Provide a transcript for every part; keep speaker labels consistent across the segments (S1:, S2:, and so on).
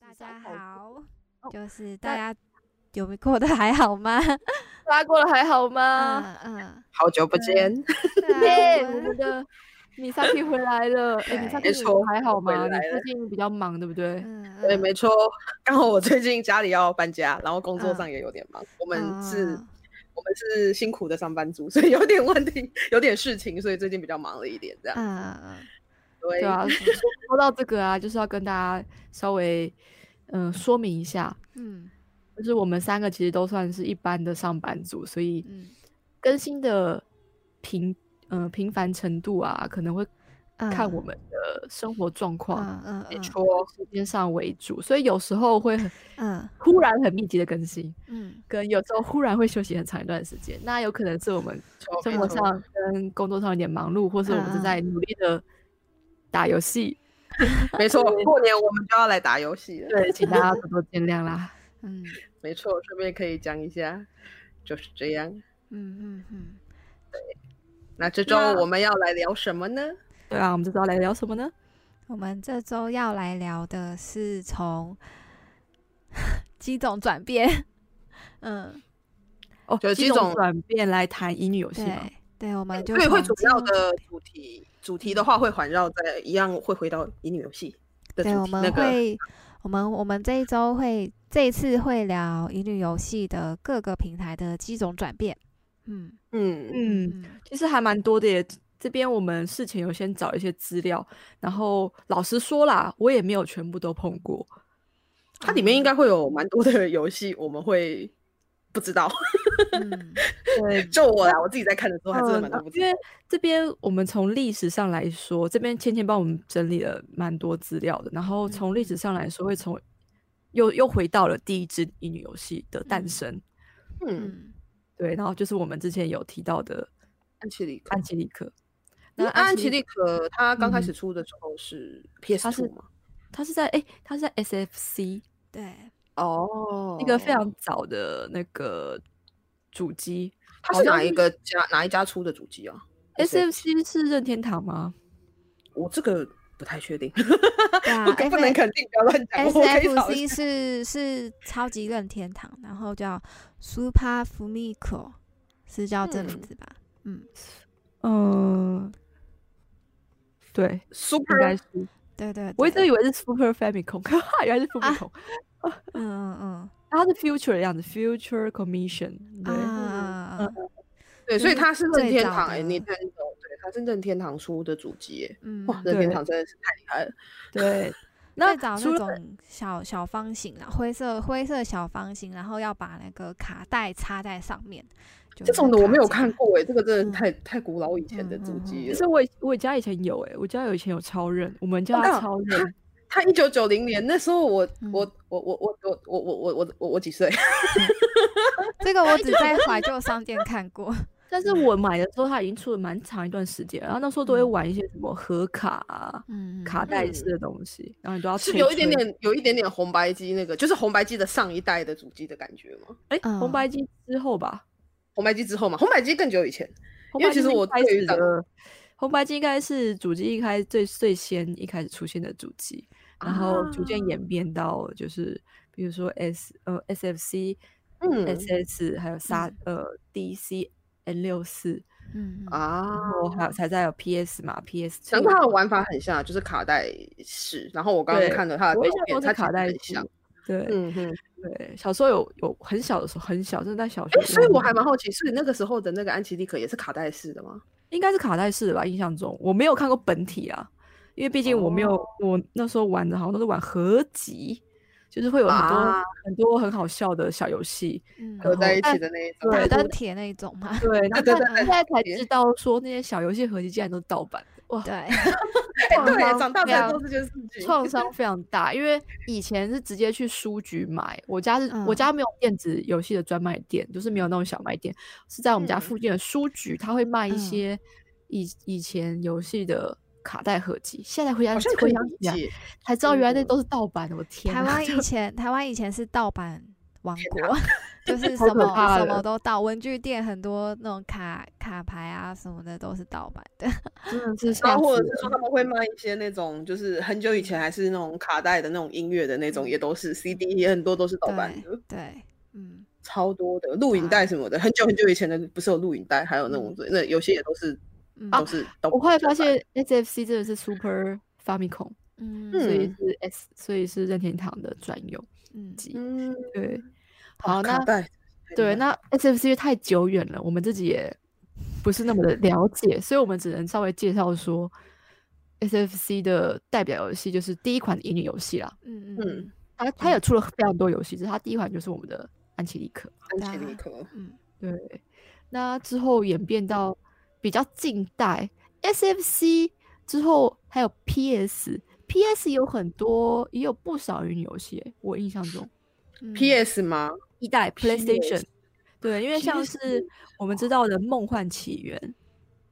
S1: 大家好，就是大家有没有过得还好吗？
S2: 拉过了还好
S3: 啊
S2: 吗？
S1: 嗯嗯，
S4: 好久不见，
S2: 耶、
S1: 对啊
S2: 我们的米萨提回来 了。哎、米萨
S4: 没
S2: 提
S4: 错
S2: 还好
S4: 我
S2: 吗？
S4: 回
S2: 你
S4: 来
S2: 最
S4: 了
S2: 近比较忙，对不对？
S1: 嗯
S4: 对，没错。刚好我最近家里要搬家，然后工作上也有点忙。我们
S1: 嗯
S4: 是，
S1: 啊
S4: 我们是辛苦的上班族，所以有点问题， 有点事情，所以最近比较忙了一点，这样。
S1: 嗯嗯
S4: 对
S2: 对啊，说说到这个啊，就是要跟大家稍微嗯、呃说明一下，
S1: 嗯
S2: 就是我们三个其实都算是一般的上班族，所以
S1: 嗯
S2: 更新的频嗯、频繁程度啊，可能会
S1: 嗯，
S2: 看我们的生活状况。
S1: 嗯嗯
S4: 没
S1: 嗯
S4: 错，
S2: 时间上为主，所以有时候会很
S1: 嗯
S2: 忽然很密集的更新，
S1: 嗯
S2: 跟有时候忽然会休息很长一段时间，那有可能是我们
S4: 没错
S2: 生活上跟工作上有点忙碌，或是我们正
S1: 哦嗯嗯嗯
S2: 在努力的打游戏。
S4: 没错。过年我们就要来打游戏了，
S2: 对，请大家多多见谅啦。
S1: 嗯
S4: 没错。顺便可以讲一下，就是这样。
S1: 嗯嗯
S4: 那这周
S2: 那
S4: 我们要来聊什么呢？
S2: 对啊，我们这周要来聊什么呢？
S1: 我们这周要来聊的是从 几种转变， 嗯，
S2: 哦，
S4: 有
S2: 几
S4: 几
S2: 种
S4: 种
S2: 转变来谈乙女游戏吗？
S1: 对对，我们就
S4: 对，会
S1: 从
S4: 主
S1: 几
S4: 要
S1: 种
S4: 的主题，主题的话会环绕在一样，会回到乙女游戏的主
S1: 对，我
S4: 题。那
S1: 们
S4: 个
S1: 会，我们我们这一周会，这一次会聊乙女游戏的各个平台的几种转变。嗯
S4: 嗯，
S2: 嗯，其实还蛮多的耶。这边我们事前有先找一些资料，然后老实说啦，我也没有全部都碰过。
S4: 它里面应该会有蛮多的 游戏，我们会不知道。
S1: 嗯
S2: 对，
S4: 就我啦，我自己在看的时候还真的蛮多不
S2: 嗯因
S4: 知道。
S2: 为这边我们从历史上来说，这边芊芊帮我们整理了蛮多资料的，然后从历史上来说，会从又又回到了第一支乙女游戏的诞
S1: 嗯
S2: 生，
S4: 嗯，
S1: 嗯
S2: 对，然后就是我们之前有提到的
S4: 安琪丽克
S2: 安，琪丽克，
S4: 那
S2: 那
S4: 安琪
S2: 嗯丽
S4: 丽克它刚开
S2: 嗯
S4: 始出的时候是 PS
S2: 它是
S4: Two 嘛？
S2: 她是在哎，她是在 SFC
S1: 对，
S4: 哦
S2: 一个非常早的那个主机
S4: 它
S2: 好
S4: 是
S2: 像
S4: 哪一个家哪一家出的主机啊？
S2: ，SFC 是任天堂吗？
S4: 我这个不太确定，
S1: 对啊
S4: 我 可不能肯定，不要乱讲。我可
S1: S
S4: 以
S1: F
S4: 找
S1: C
S4: 一下
S1: 是是超级任天堂，然后叫 Super Fumiko，是叫这名
S4: 嗯
S1: 字吧？嗯，
S2: 嗯，对，应
S4: Super
S2: 该是。
S1: 对对，
S2: 我一
S1: 对
S2: 直以为是 Super Famicom，原 来是
S4: 啊
S2: Famicom，、
S1: 嗯嗯
S2: 然后它是 Future 的样子，Future Commission
S1: 嗯
S2: 对。
S1: 啊嗯
S4: 对，所以它是任
S1: 最
S4: 天
S1: 早
S4: 堂哎，
S1: 的
S4: 你看对，它是任天堂出的主机耶。
S1: 嗯，
S4: 哇，
S1: 嗯
S4: 任天
S2: 对
S4: 堂真的是太厉害了。
S2: 对，
S1: 最
S2: 那
S1: 早
S2: 除
S1: 那
S2: 了
S1: 种小小方形啊，灰色灰色小方形，然后要把那个卡带插在上面。就
S4: 这
S1: 是
S4: 种的我没有
S1: 卡
S4: 看
S1: 夹，
S4: 过哎，这个真的是
S1: 嗯
S4: 太太古老以前的
S1: 嗯
S4: 主
S1: 嗯
S4: 机
S2: 其
S4: 了。
S2: 实我以我家以前有哎、我家有以前有超人，我们叫
S4: 我
S2: 它
S4: 靠
S2: 超人，
S4: 他一九九零年那时候我、
S1: 嗯
S4: 我我我我我我我我我我我几岁？
S1: 这个我只 在怀旧商店看过。
S2: 但是我买的时候它已经出了蛮长一段时间，然后那时候都会玩一些什么盒卡啊、
S1: 嗯，
S2: 卡带
S4: 嗯
S2: 式的东西，然后 你都要
S4: 是
S2: 吹
S4: 有一点
S2: 吹
S4: 点有一点点红白机那个，就是红白机的上一代的主机的感觉吗？
S2: 哎、
S1: 嗯
S2: 红白机之后吧，
S4: 红白机之后嘛，红白机更久以前。
S2: 红
S4: 因为
S2: 白
S4: 其
S2: 机
S4: 实
S2: 是一
S4: 我
S2: 开
S4: 对于
S2: 始
S4: 长
S2: 的红白机应该是主机一开始最最先一开始出现的主机，然后逐
S4: 啊
S2: 渐演变到就是比如说 S 呃 SFC、
S4: 嗯
S2: SS 还有沙呃 DC N 六四，
S1: 嗯，嗯
S4: 啊
S2: 然，后还有才在有 PS 嘛 PS
S4: 难
S2: two，
S4: 怪它的玩法很像，就是卡带式。然后我刚刚
S2: 对
S4: 看了它的
S2: 我印
S4: 照
S2: 象
S4: 啊片，
S2: 中是
S4: 它其实
S2: 卡带
S4: 很
S2: 机
S4: 像。。
S2: 对、
S4: 嗯哼，
S2: 对，小时候有有很小的时候，很小，真的在小学
S4: 哎、
S2: 的时候。
S4: 所以我还蛮好奇，所以那个时候的那个安琪丽可也是卡带式的吗？
S2: 应该是卡带式的吧，印象中我没有看过本体啊，因为毕竟我没
S4: 哦
S2: 有、我那时候玩的好像都是玩合集，就是会有很多、
S4: 啊
S2: 很多合很好笑的小游戏。
S1: 嗯
S4: 合在一起
S2: 哎
S4: 的那一种。
S1: 打
S2: 对
S1: 灯铁那一种嘛。
S2: 对，然后
S4: 对
S2: 看
S4: 对对
S2: 现在才知道说那些小游戏合集竟然都是盗版的，哇，
S1: 对，
S4: 哎， 对，
S2: 创
S4: 长大
S2: 伤非
S4: 才
S2: 常
S4: 做这件事情，
S2: 创伤非常大，因为以前是直接去书局买，我家是、我
S1: 嗯
S2: 家没有电子游戏的专卖店，就是没有那种小卖店，是在我们家
S4: 嗯
S2: 附近的书局，他会卖一
S1: 嗯
S2: 些以、以前游戏的卡带合集。现在回家
S4: 好像可
S2: 回
S4: 以
S2: 想
S4: 理
S2: 起来，
S4: 解。
S2: 才知道原来那
S4: 嗯
S2: 都是盗版的，我天
S1: 台
S2: 哪！
S1: 湾以前，台湾以前是盗版王国，就是
S2: 超
S1: 什
S2: 可
S1: 么
S2: 怕
S1: 什么
S2: 的
S1: 都盗，文具店很多那种卡卡牌啊什么的都是盗版的。
S2: 真的是吓
S4: 然后或
S2: 死
S4: 者是说
S2: 人
S4: 他们会卖一些那种，就是很久以前还是那种卡带的那种音乐的
S2: 嗯
S4: 那种，也都是 CD，也很多都是盗版的，
S1: 对，嗯，
S4: 超多的录影带什么的，很久很久以前的不是有录影带，还有那种那有些也都是
S1: 嗯
S4: 都是盗版。
S2: 嗯哦我后来发现 SFC 真的是 Super Famicom，、
S1: 嗯
S2: 所以
S4: 嗯
S2: 是 S，所以是任天堂的专用
S1: 嗯，
S2: 机。
S4: 嗯，
S2: 对，
S4: 哇
S2: 好，
S4: 卡
S2: 那
S4: 带啊
S2: 对，那 SFC 因为太久远了，我们自己也不是那么的了解，所以我们只能稍微介绍说 SFC 的代表游戏就是第一款的乙女游戏啦。
S1: 嗯
S4: 嗯
S1: 嗯
S2: 它它也出了非常多游戏，只是它第一款就是我们的安琪丽可。
S4: 安琪丽可
S1: 嗯
S2: 对，那之后演变到比较近代 SFC 之后，还有 PS。P.S. 有很多，也有不少云游戏欸，我印象中
S1: 嗯
S4: PS 吗？
S2: 一代
S4: PS
S2: PlayStation，对，因为像
S4: PS
S2: 是我们知道的《梦幻起源》，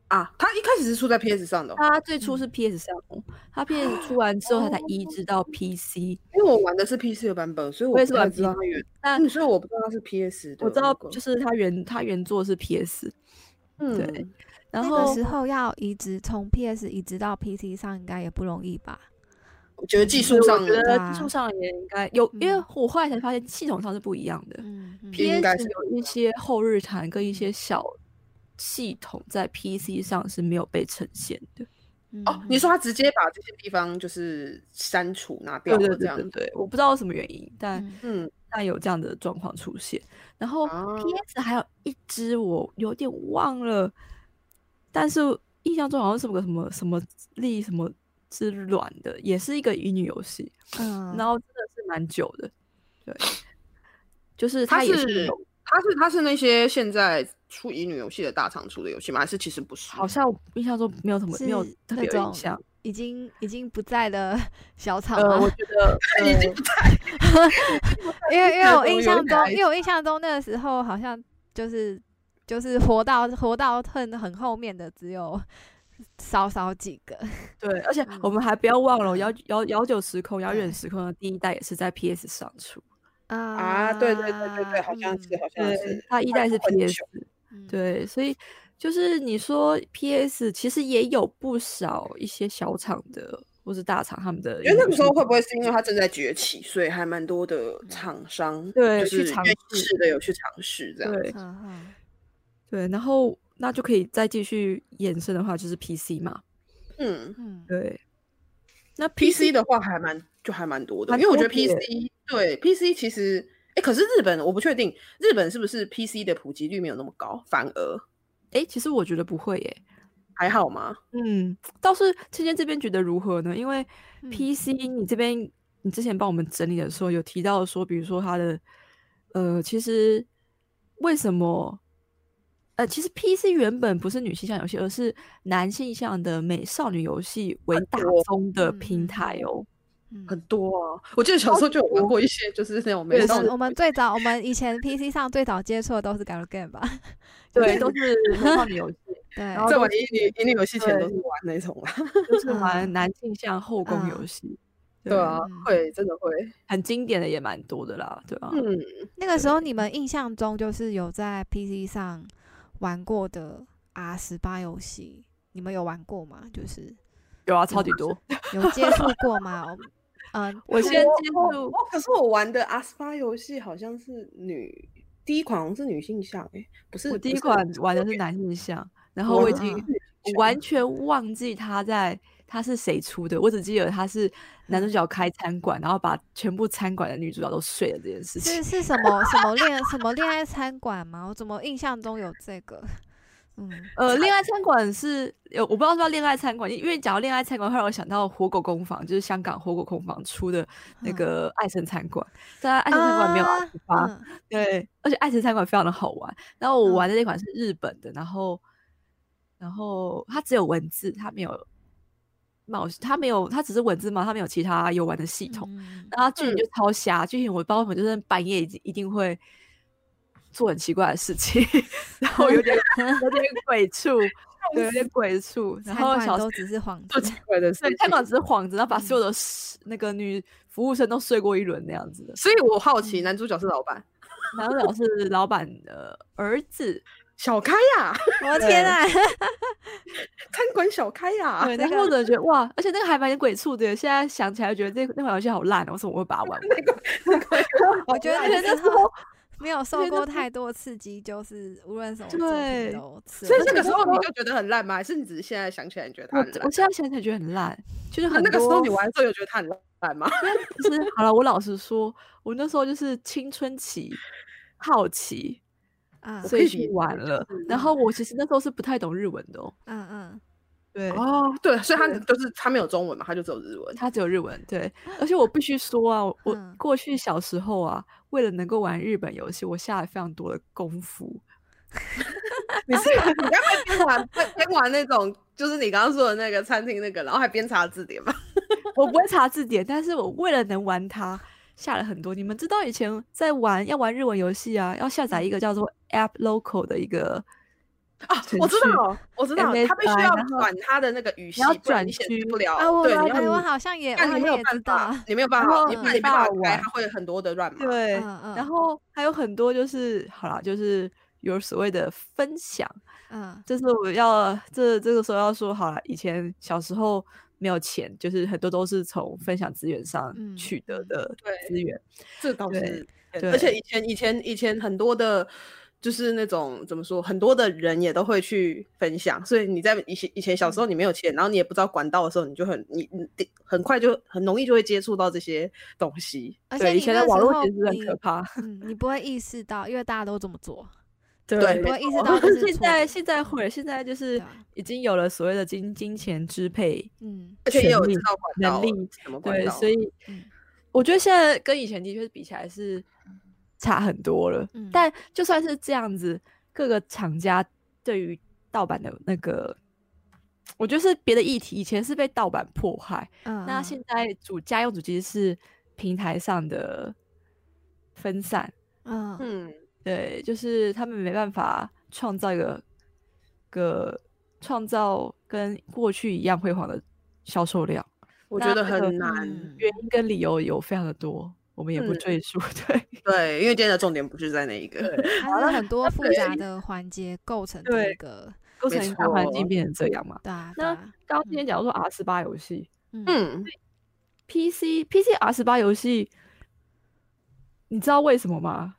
S4: 啊，它一开始是出在 PS 上的哦，
S2: 它最初
S1: 嗯
S2: 是 PS 上哦，它 PS 出完之后，它才移植到 PC。
S4: 因为我玩的是 PC 的版本，所以我
S2: 我也
S4: 不
S2: 是
S4: 太
S2: 玩
S4: 知道它原，
S2: 那
S4: 嗯，所以我不知道它是 PS 的那个。
S2: 我知道，就是它原它原作是 PS，
S4: 嗯，
S2: 对然
S1: 那个
S2: 后
S1: 时候要移植从 PS 移植到 PC 上，应该也不容易吧？
S4: 我觉得技
S2: 所以
S4: 术上
S2: 我觉
S1: 的
S2: 得
S1: 啊
S2: 技术上也应该有，因为
S1: 嗯
S2: 我后来才发现系统上是不一样的。
S1: 嗯嗯
S2: PS
S4: 应该是
S2: 有一些后日谈跟一些小系统在 PC 上是没有被呈现的。
S1: 嗯
S4: 哦，你说他直接把这些地方就是删除拿掉
S2: 对对
S4: 了这
S2: 对
S4: 样
S2: 对，对，我不知道什么原因，但
S1: 嗯
S4: 嗯，
S2: 但有这样的状况出现。然后
S4: 啊
S2: PS 还有一只我有点忘了，但是印象中好像是个什么什么力什么之卵的，也是一个乙女游戏，
S1: 嗯，
S2: 然后真的是蛮久的，对，就是
S4: 它
S2: 也
S4: 是
S2: 有
S4: 他是他是那些现在出乙女游戏的大厂出的游戏吗？还是其实不是？
S2: 好像我印象中没有什么没有
S1: 是
S2: 特
S1: 那
S2: 别有
S1: 种
S2: 印象，
S1: 已经已经不在的 小厂
S2: 呃，
S1: 吗
S2: 我觉得
S4: 已经
S2: 呃
S4: 不
S1: 因为因为
S4: 那
S1: 我
S4: 种
S1: 印
S4: 有
S1: 象
S4: 一
S1: 中，
S4: 台
S1: 因为我印象中那个时候好像就是就是活到活到很很后面的只有少少几个，
S2: 对，而且
S1: 嗯
S2: 我们还不要忘了
S1: 嗯
S2: 遥遥遥久时空、遥
S1: 对
S2: 远时空的第一代也是在 PS 上出，
S1: 啊嗯
S4: 啊，对对对对对，好像是，好像
S2: 对
S4: 是，。
S2: 它一代是
S4: 很久嗯
S2: PS，对，所以就是你说 PS 其实也有不少一些小厂的或是大厂他们的
S4: 我
S2: 游
S4: 觉
S2: 戏，
S4: 得那个时候会不会是因为它正在崛起，所以还蛮多的厂商
S2: 对
S4: 就
S2: 去
S4: 是
S2: 尝
S4: 愿意
S2: 试
S4: 试的有去尝试这样。
S2: 对
S1: 嗯嗯
S2: 对，然后那就可以再继续延伸的话，就是 PC 嘛，
S4: 嗯
S1: 嗯
S2: 对。那
S4: ，PC 的话还蛮就还蛮多的，
S2: 蛮
S4: 因为我
S2: 多
S4: 觉得 PC 对 PC 其实哎，可是日本我不确定日本是不是 PC 的普及率没有那么高，反而
S2: 哎，其实我觉得不会耶，
S4: 还好吗？
S2: 嗯，倒是芊芊这边觉得如何呢？因为
S1: 嗯
S2: PC 你这边你之前帮我们整理的时候有提到说，比如说它的呃，其实为什么呃，其实 PC 原本不是女性向游戏，而是男性向的美少女游戏为大
S4: 多
S2: 宗的
S1: 嗯
S2: 平
S1: 嗯
S2: 台哦。
S1: 嗯
S4: 很多啊！我记得小时候就有玩过一些，就是那种美
S2: 对
S4: 少
S1: 我
S4: 女
S1: 们我们最早我们以前 PC 上最早接触的都是 Gal Game 吧？
S2: 对，都是美少女游戏，
S1: 对，
S2: 然后
S4: 在
S2: 都
S4: 玩乙女乙女游戏前都
S2: 对
S4: 是玩那种啊啦。
S2: 就是玩
S1: 嗯
S2: 男性向后宫游
S1: 嗯
S2: 戏，
S4: 对啊
S1: 嗯，
S4: 会真的会，
S2: 很经典的也蛮多的啦，对啊，
S4: 嗯，
S1: 那个时候你们印象中就是有在 PC 上玩过的 R 十八游戏，你们有玩过吗？就是
S2: 有啊，超级多。
S1: 有接触过吗？我嗯，
S2: 我先
S4: 我
S2: 接
S4: 我
S2: 触
S4: 我可是我玩的阿斯巴游戏好像是女第一款，好像是女性向诶，不是
S2: 我第一
S4: 不是
S2: 款玩的是男性向，然后我已
S1: 嗯
S2: 经
S1: 嗯
S2: 我完全忘记他在他是谁出的，我只记得他是男主角开餐馆，然后把全部餐馆的女主角都睡了这件事
S1: 是
S2: 情。
S1: 是什么什么恋什么恋爱餐馆吗？我怎么印象中有这个？嗯，
S2: 呃，恋爱餐馆是有我不知道是不是恋爱餐馆，因为讲到恋爱餐馆，会让我想到火狗工坊，就是香港火狗工坊出的那
S1: 嗯
S2: 个爱神餐馆，但爱神餐馆没有
S1: 啊
S2: 阿十八，
S1: 嗯
S2: 对，嗯而且爱情餐馆非常的好玩。然后我玩的那款是日本的，然后然后它只有文字，它没有冒险，它没有，它只是文字嘛，它没有其他游玩的系统。
S1: 嗯
S2: 然后剧情就超瞎，剧情我包括就是半夜一定一定会做很奇怪的事情， 然后有点有点鬼畜，对， 有点鬼畜，然
S1: 餐
S2: 后
S1: 馆
S2: 小
S1: 都只是幌
S4: 做
S1: 子
S4: 奇，怪的事
S2: 对
S4: 情。
S2: 餐馆只是幌子，然后把所有的侍那个女服务生都睡过一轮那样子的。
S4: 所以我好奇，男主角是老板
S2: 男主角是老板的儿子，
S4: 小开呀、
S1: 我天啊！
S4: 餐馆小开呀、
S1: 对那
S2: 然后我者觉得哇，而且那个还蛮鬼畜的。现在想起来觉得这那款游戏好烂哦，为什么我会把它玩完？
S1: 我觉得
S2: 而且
S1: 那
S2: 那
S1: 时
S2: 时候
S1: 候没有受
S2: 对那
S1: 过
S2: 时
S1: 太多刺激，就是无论什么作品
S2: 对
S1: 都刺激。
S4: 所以那个时候你就觉得很烂吗？还是你只是现在想起来你觉得它
S2: 我
S4: 很烂
S2: 我？现在想起来觉得很烂，就是
S4: 那
S2: 很
S4: 那个时候
S2: 多
S4: 你玩的时候有觉得它很烂吗？
S2: 就是好了，我老实说，我那时候就是青春期好奇，
S1: 啊，
S4: 我
S2: 所
S4: 可
S2: 以
S4: 以理
S2: 去
S4: 解嗯
S2: 玩了。然后我其实那时候是不太懂日文的、哦，
S1: 嗯嗯，
S2: 对
S4: 哦，对，所以它就是它没有中文嘛，它就只有日文。
S2: 它只有日文，对。而且我必须说啊，我
S1: 嗯
S2: 过去小时候啊，为了能够玩日本游戏，我下了非常多的功夫。
S4: 你是你刚才边玩边边玩那种，就是你刚刚说的那个餐厅那个，然后还边查字典吗？
S2: 我不会查字典，但是我为了能玩它，下了很多。你们知道以前在玩要玩日文游戏啊，要下
S1: 嗯
S2: 载一个叫做 App Local 的一个
S4: 啊
S2: 程，
S4: 我知
S2: 序
S4: 道，我知道，他必须
S2: MSI
S4: 要
S2: 然后
S4: 转他的那个语系，
S2: 要
S4: 不然你
S2: 转
S4: 显
S2: 区
S4: 示不了。
S1: 啊，我
S4: 哦对，你
S1: 我
S4: 要
S1: 对我
S4: 你
S1: 好像也，我
S4: 但
S1: 好
S4: 你没
S1: 像
S4: 有
S1: 也知
S4: 办
S1: 道。啊
S4: 法，你没有办
S2: 然
S4: 法，
S2: 后
S4: 你
S2: 没
S4: 怕你没
S2: 办
S4: 办
S2: 法
S4: 法开，
S2: 玩
S4: 它会有很多的乱码。
S2: 对，
S1: 嗯嗯
S2: 然后还有很多就是好啦，就是有所谓的分享，
S1: 嗯
S2: 就是我要这这个时候要说好了，以前小时候没有钱，就是很多都是从分享资源上
S1: 嗯
S2: 取得
S1: 嗯
S2: 的
S4: 对
S2: 资源，
S4: 这倒
S2: 对
S4: 是，
S2: 对
S4: 而且以前以前以前很多的，就是那种怎么说，很多的人也都会去分享，所以你在以前以前小时候
S2: 嗯
S4: 你没有钱，然后你也不知道管道的时候，你就很你你你很快就很容易就会接触到这些东西。
S1: 而且
S2: 对，以
S1: 你
S2: 前
S1: 那
S2: 的网
S1: 时
S2: 络
S1: 候
S2: 其实很
S1: 你
S2: 可怕。
S1: 嗯，你不会意识到，因为大家都这么做，
S4: 对
S1: 你
S4: 没
S1: 不会意识
S4: 错
S1: 到这是
S2: 现
S1: 错
S2: 在
S1: 的
S2: 现在会，现在就
S1: 对
S2: 是
S1: 啊
S2: 已经有了所谓的金金钱支配，
S1: 嗯
S4: 而且也有
S2: 权利
S4: 知道管
S2: 能
S4: 道
S2: 力
S4: 了什么管
S2: 对，
S4: 道，
S2: 所以
S1: 嗯
S2: 我觉得现在跟以前的确是比起来是差很多了。
S1: 嗯
S2: 但就算是这样子，各个厂家对于盗版的那个，我觉得是别的议题，以前是被盗版迫害，
S1: 嗯，
S2: 那
S1: 嗯
S2: 现在主家用主机是平台上的分散，
S1: 嗯
S4: 嗯，
S2: 对，就是他们没办法创造一个个创造跟过去一样辉煌的销售量。
S4: 我
S2: 那
S4: 觉得
S2: 这个
S4: 很难。
S1: 嗯
S2: 原因跟理由有非常的多，我们也不
S4: 嗯
S2: 赘述。 对
S4: 对，因为今天的重点不是在那一个。
S1: 它是很多复杂的环节构成的
S2: 对
S1: 一个，
S2: 构
S4: 没
S2: 成一个大环境
S4: 错
S2: 变成这样嘛？
S1: 对啊，对
S2: 那
S1: 啊
S2: 刚刚今天讲到说 R 十八游戏
S1: 嗯
S4: 嗯，
S2: ，PC PC R 十八游戏，你知道为什么吗？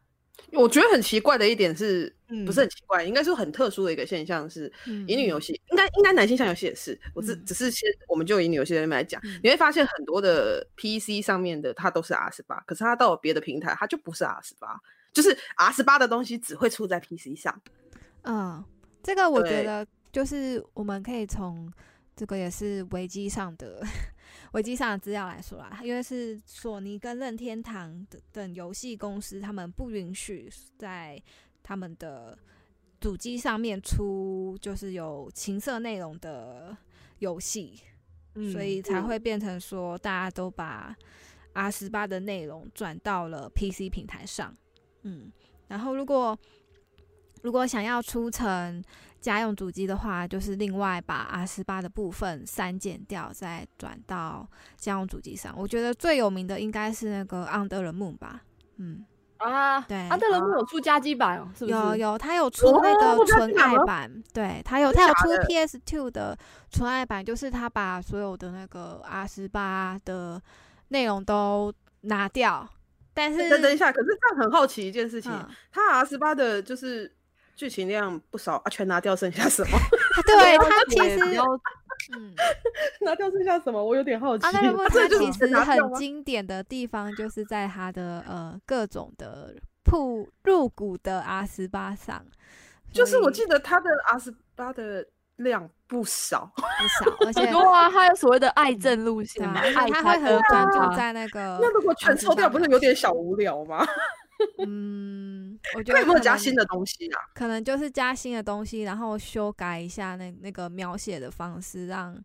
S4: 我觉得很奇怪的一点是，不是
S2: 嗯
S4: 很奇怪，应该说很特殊的一个现象是，
S1: 嗯
S4: 乙女游戏应该应该男性向游戏也是，我只
S1: 嗯
S4: 只是先我们就乙女游戏那边来讲
S1: 嗯，
S4: 你会发现很多的 PC 上面的它都是 R 十八，可是它到了别的平台它就不是 R 十八，就是 R 十八的东西只会出在 PC 上。
S1: 嗯，这个我觉
S4: 对
S1: 得就是我们可以从这个也是维基上的维基上的资料来说啦，因为是索尼跟任天堂等等游戏公司，他们不允许在他们的主机上面出就是有情色内容的游戏，所以才
S4: 嗯
S1: 会变成说大家都把 R 十八的内容转到了 PC 平台上，嗯，然后如果如果想要出成家用主机的话，就是另外把 R 十八的部分删减掉，再转到家用主机上。我觉得最有名的应该是那个 Under the Moon 吧，嗯，
S2: 啊，
S1: 对
S2: 安德鲁姆有出加机版哦，是不是？
S1: 有有，它有出那个
S4: 我知道
S1: 纯
S4: 这个
S1: 爱
S4: 了
S1: 版，对，它有
S4: 真
S1: 它有
S4: 的
S1: 出
S4: 假的
S1: PS Two 的纯爱版，就是它把所有的那个 R 十八的内容都拿掉，但是
S4: 等等一下，可是这样很好奇一件事情，
S1: 嗯，
S4: 它 R 十八的就是剧情量不少啊，全拿掉剩下什么？
S1: 它对它
S2: 我
S1: 其
S2: 也不
S1: 实
S2: 要
S1: 嗯。
S4: 拿掉剩下什么？我有点好奇。
S1: 啊，那部
S4: 啊
S1: 它
S4: 这就
S1: 其
S4: 是
S1: 实
S4: 拿掉
S1: 很
S4: 吗
S1: 经典的地方，就是在它的呃各种的铺入股的 R 十八上，
S4: 就是我
S1: 所
S4: 记
S1: 以
S4: 得它的 R 十八的量不少，
S1: 哦不少，而且
S2: 很多啊，它有所谓的爱憎路
S1: 对
S2: 线
S1: 啊
S2: 嘛，
S1: 而
S2: 爱啊
S1: 且它会很专注
S2: 在
S1: 在那个
S4: 那如果全抽掉，
S1: 28
S4: 不是有点小无聊吗？
S1: 嗯，我觉
S4: 它
S1: 得
S4: 有没有
S1: 可
S4: 加
S1: 能
S4: 新的东西啊？
S1: 可能就是加新的东西，然后修改一下那那个描写的方式，让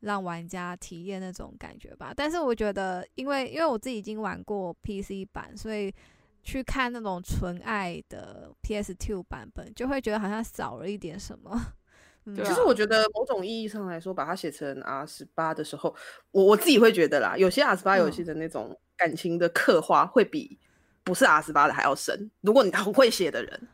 S1: 让玩家体验那种感觉吧。但是我觉得，因为因为我自己已经玩过 PC 版，所以去看那种纯爱的 PS2 版本，就会觉得好像少了一点什么。嗯
S2: 对
S4: 其
S2: 啊
S4: 实我觉得某种意义上来说，把它写成 R 十八的时候，我我自己会觉得啦，有些 R 十八游
S1: 嗯
S4: 戏的那种感情的刻画会比不是 R 十八的还要深。如果你很会写的人，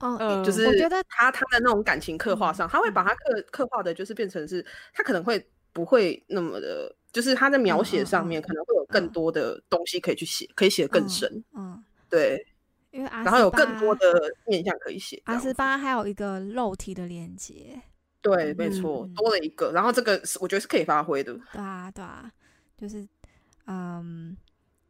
S1: 嗯，
S2: 呃
S4: 就
S2: 嗯
S4: 是
S1: 我觉得嗯
S4: 他他的那种感情刻画上，他会把他刻刻画的，就是变成是他可能会不会那么的，就是他在描
S1: 嗯
S4: 写
S1: 嗯
S4: 上面可能会有更
S1: 嗯
S4: 多的东西可以去写，可以写得更深，
S1: 嗯，
S4: 对，
S1: 因为 R
S4: 然后有更多的面向可以写。这
S1: R
S4: 样子
S1: 十八还有一个肉体的连接，
S4: 对，没
S2: 嗯
S4: 错
S1: 嗯，
S4: 多了一个，然后这个是我觉得是可以发挥的。
S1: 对啊，对啊，就是，嗯，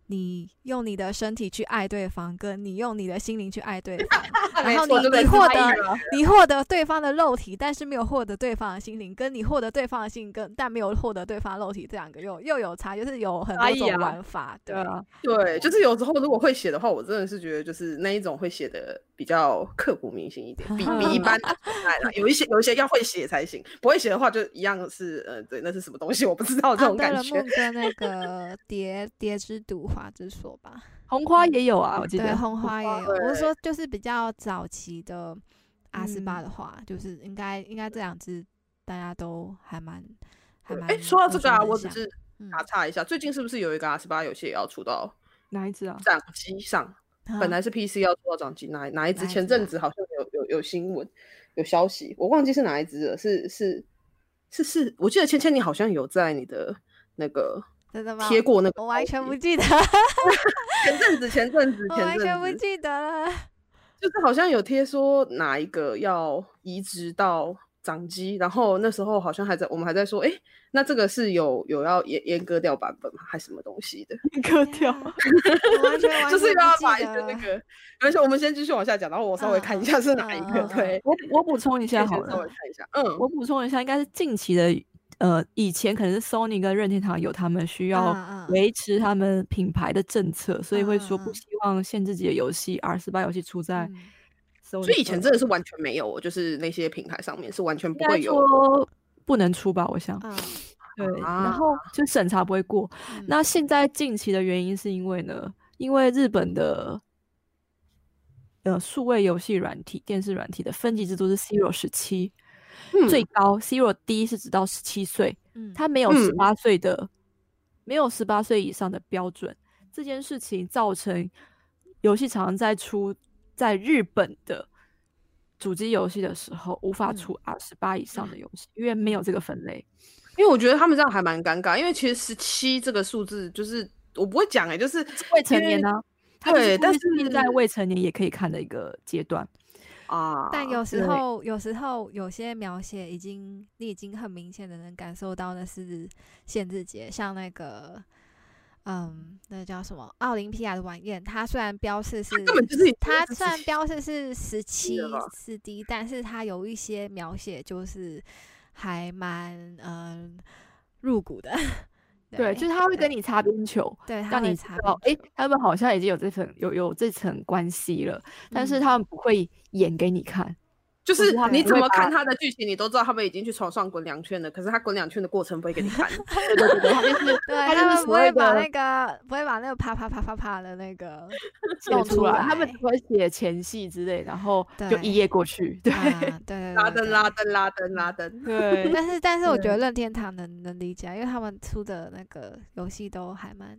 S1: 你用你的身体去爱对方，跟你用你的心灵去爱对方，然后
S4: 没错
S1: 你
S4: 这个
S1: 你
S4: 是
S1: 获
S4: 太
S1: 得
S4: 硬了
S1: 你获得对方的肉体，但是没有获得对方的心灵，跟你获得对方的心灵跟但没有获得对方的肉体，这两个又又有差，就是有很
S2: 差
S1: 多
S2: 异
S1: 种
S2: 啊
S1: 玩法，对
S2: 对啊，
S4: 对，就是有时候如果会写的话，我真的是觉得就是那一种会写的比较刻骨铭心一点，比比一般 的爱啦有一些有一些要会写才行，不会写的话就一样是呃，对，那是什么东西我不知道这
S1: 啊，
S4: 种
S1: 对
S4: 感
S1: 了，
S4: 觉
S1: 梦。跟那个 蝶蝶之毒花之锁吧，
S2: 红花也有啊，我记
S1: 对，
S2: 得。
S1: 红花也有。
S4: 对
S1: 我是说，就是比较早期的阿斯巴
S2: 嗯
S1: 的话，就是应该应该这两支大家都还蛮 还
S4: 对
S1: 蛮。
S4: 哎，说到这个啊，我只
S1: 想，
S4: 是
S1: 嗯
S4: 打岔一下，最近是不是有一个 R 十八游戏也要出到
S2: 哪一只啊？
S4: 掌机上？本
S1: 啊
S4: 来是 PC 要出到掌机，哪哪一
S1: 哪
S4: 只？
S1: 一
S4: 前
S1: 只啊
S4: 阵子好像有有有新闻有消息，我忘记是哪一只了，是是是是，我记得芊芊你好像有在你的那个
S1: 真的吗？
S4: 贴过那个，
S1: 我完全不。记得，
S4: 前阵子，前阵子，
S1: 我
S4: 前
S1: 完全不
S4: 阵子，
S1: 记得了。
S4: 就是好像有贴说哪一个要移植到掌机，然后那时候好像还在我们还在说，哎、那这个是有有要阉阉割掉版本吗？还是什么东西的？
S2: 割
S1: 天
S2: 掉。
S1: 啊我完全完
S4: 就是
S1: 全不
S4: 要
S1: 记
S4: 把一
S1: 得
S4: 些那
S1: 了嗯
S4: 个，而且我们先继续往下讲，然后我稍微看一下是哪一
S1: 嗯
S4: 个
S1: 嗯嗯，
S4: 对，
S2: 我我补充一下
S4: 先
S2: 好
S4: 稍微
S2: 了
S4: 看，一下，嗯，
S2: 我补充一下，应该是近期的，呃，以前可能是 Sony 跟任天堂有他们需要
S1: 嗯嗯
S2: 维持他们品牌的政策，所以会说
S1: 嗯嗯
S2: 不
S1: 嗯
S2: 希望限制级的游戏 R 四八游戏出在
S1: 嗯
S2: Sony
S4: 所以以前
S2: 上
S4: 真的是完全没有，哦就是那些平台上面是完全不
S2: 应该
S4: 会有。
S2: 说不能出吧，我想
S1: 嗯
S2: 对，
S4: 啊
S2: 然
S3: 嗯
S2: 后就审查不会过。
S1: 嗯
S2: 那现在近期的原因是因为呢，因为日本的呃数位游戏软体、电视软体的分级制度是 zero 十七、
S4: 嗯
S2: 最高 zero 低是直到十七岁，
S1: 嗯
S2: 它没有
S4: 嗯
S2: 十八岁的，没有十八岁以上的标准。这件事情造成游戏厂商在出在日本的主机游戏的时候，无法
S1: 嗯
S2: 出二十八以上的游戏，因为没有这个分类。
S4: 因为我觉得他们这样还蛮尴尬，因为其实十七这个数字就是我不会讲哎、就是
S2: 未成年呢、它就
S4: 对
S2: 它
S4: 但
S2: 就定在
S4: 是
S2: 未成年也可以看的一个阶段。
S4: 啊，
S1: 但有时
S2: 对
S1: 候，有时候有些描写已经，你已经很明显的能感受到那是限制级的，像那个，嗯，那叫什么奥林匹亚的晚宴，它虽然标示是，
S4: 根本就是已经
S1: 它
S4: 是
S1: 虽然
S4: 17
S1: 标示是十七
S4: 了吧
S1: 四 D，但是它有一些描写就是还蛮嗯入骨的，
S2: 对，就是他会跟
S1: 对
S2: 你擦边球，
S1: 对，它
S2: 让
S1: 会
S2: 你知
S1: 查
S2: 道，哎、
S1: 边球
S2: 他们好像已经有这层有有这层关系了，但是
S1: 嗯
S2: 他们不会演给你看。
S4: 就是
S2: 他
S4: 你
S2: 不
S4: 怎
S2: 会
S4: 么
S2: 把
S4: 看他的剧情，你都知道他们已经去床上滚两圈了，可是他滚两圈的过程不会给你看。
S2: 对对对对，他就是
S1: 对
S2: 他
S1: 他
S2: 就是
S1: 们不
S2: 所谓
S1: 会把那
S2: 的
S1: 个不会把那个啪啪啪啪啪的那个
S2: 写
S1: 弄
S2: 出来，他
S1: 来
S2: 们只会写前戏之类，然后就
S1: 对
S2: 一页过去。 对、
S1: 啊，对对
S4: 拉
S1: 对
S4: 登
S1: 对
S4: 拉登拉登拉登，
S2: 对，
S1: 但是但是我觉
S2: 对
S1: 得任天堂能能理解啊，因为他们出的那个游戏都还蛮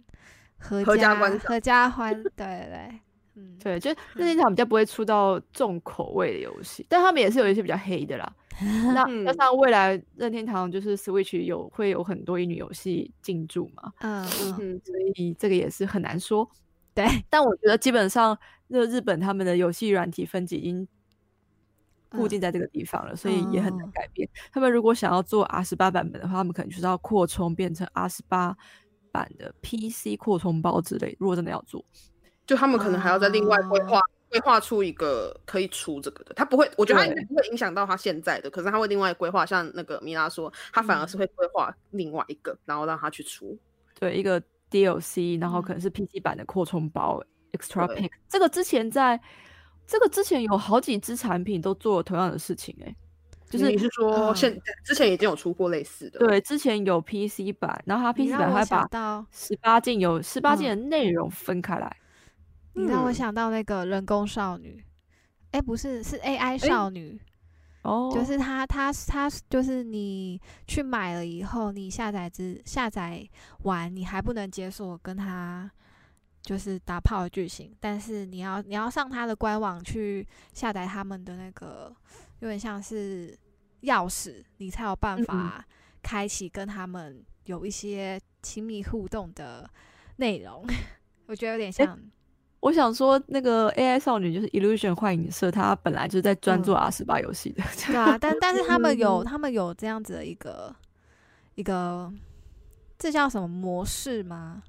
S1: 合
S4: 合家
S1: 家
S4: 观赏
S1: 合家欢，对对对，嗯，
S2: 对，就任天堂比较不会出到重口味的游戏，但他们也是有一些比较黑 的啦。那加
S4: 嗯
S2: 上未来任天堂就是 Switch 有会有很多乙女游戏进驻嘛，
S1: 嗯嗯，
S4: 嗯，
S2: 所以这个也是很难说。
S1: 对，
S2: 但我觉得基本上，那日本他们的游戏软体分级已经固
S1: 嗯
S2: 定在这个地方了，所以也很
S1: 嗯嗯嗯
S2: 难改变。他们如果想要做 R 十八版本的话，他们可能就是要扩充变成 R 十八版的 PC 扩充包之类。如果真的要做，
S4: 就他们可能还要再另外规
S2: 哦
S1: 啊
S4: 划。规划出一个可以出这个的，他不会，我觉得他应该
S2: 对
S4: 不会影响到他现在的，可是他会另外规划，像那个米拉说，他反
S2: 嗯
S4: 而是会规划另外一个，然后让他去出。
S2: 对一个 DLC，然后可
S1: 嗯
S2: 能是 PC 版的扩充包 Extra
S4: 对
S2: Pack。这个之前在这个之前有好几支产品都做了同样的事情、欸，哎，就是
S4: 你是说
S1: 嗯
S4: 现、之前已经有出过类似的，，
S2: 对之前有 PC 版，然后它
S1: 你
S2: PC
S1: 让
S2: 版
S1: 我
S2: 它会
S1: 想
S2: 把
S1: 到，
S2: 十八禁有十八禁
S1: 嗯
S2: 的内容分开来。
S1: 你让我
S4: 嗯
S1: 想到那个人工少女，哎、不是，是 AI 少女，
S2: 哦，
S1: 就是它，它，它就是你去买了以后，你下载之下载完，你还不能解锁跟它就是打炮的剧情，但是你要你要上它的官网去下载他们的那个，有点像是钥匙，你才有办
S2: 嗯嗯
S1: 法开启跟他们有一些亲密互动的内容。 我觉得有点像，
S2: 我想说那个 AI 少女就是 Illusion 幻影社，它本来就是在专做 R 十八游戏的。
S1: 嗯 对啊，但但是他们有他们有这样子的一个一个，这叫什么模式吗？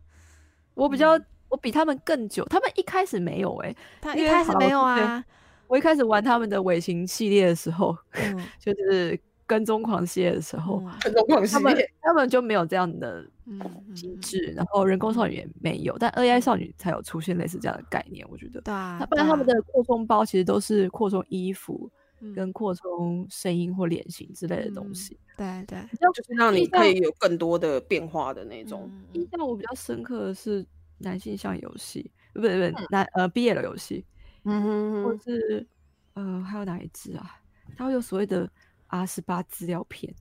S2: 我比较
S1: 嗯
S2: 我比他们更久，他们一开始没有哎、
S1: 他
S2: 因
S1: 一
S2: 为
S1: 开始
S2: 好
S1: 没有
S2: 之前
S1: 啊，
S2: 我一开始玩他们的尾行系列的时候，
S1: 嗯，
S2: 就是跟踪狂系列的时候，
S1: 嗯
S4: 很多广系
S2: 他 们哦
S4: 列，
S2: 他们就没有这样的
S1: 嗯嗯
S2: 机
S1: 嗯
S2: 制，然后人工少女也没有，但 AI 少女才有出现类似这样的概念，我觉得。
S1: 对啊，
S2: 不然
S1: 对
S2: 他们
S1: 啊
S2: 的扩充包其实都是扩充衣服、
S1: 嗯
S2: 跟扩充声音或脸型之类的
S1: 嗯
S2: 东西。
S1: 对对
S4: 就是让你
S2: 印象
S4: 可以有更多的变化的那种。
S1: 嗯
S2: 印象我比较深刻的是男性向游戏，不是不是男呃 BL 游戏，
S4: 嗯哼
S2: 或是呃还有哪一支啊？它会有所谓的 R 十八资料片，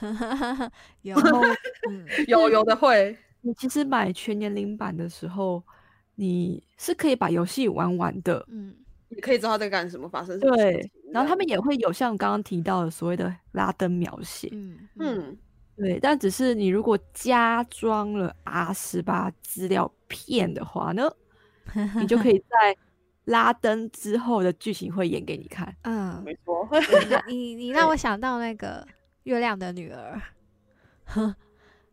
S1: 嗯有
S2: 然后
S1: 嗯
S4: 有有的会，
S2: 你其实买全年龄版的时候，你是可以把游戏玩完的，
S1: 嗯
S4: 你可以知道他在干什么，发生什么事
S2: 对
S4: 情。
S2: 然后他
S4: 这
S2: 们也会有像刚刚提到的所谓的拉登描写，
S1: 嗯
S4: 样
S1: 嗯
S4: 嗯，
S2: 对，但只是你如果加装了 R 十八资料片的话呢，你就可 以在拉登之后的剧情会演给你看。
S1: 嗯，
S4: 没错，
S1: 你你你让我想到那个月亮的女儿，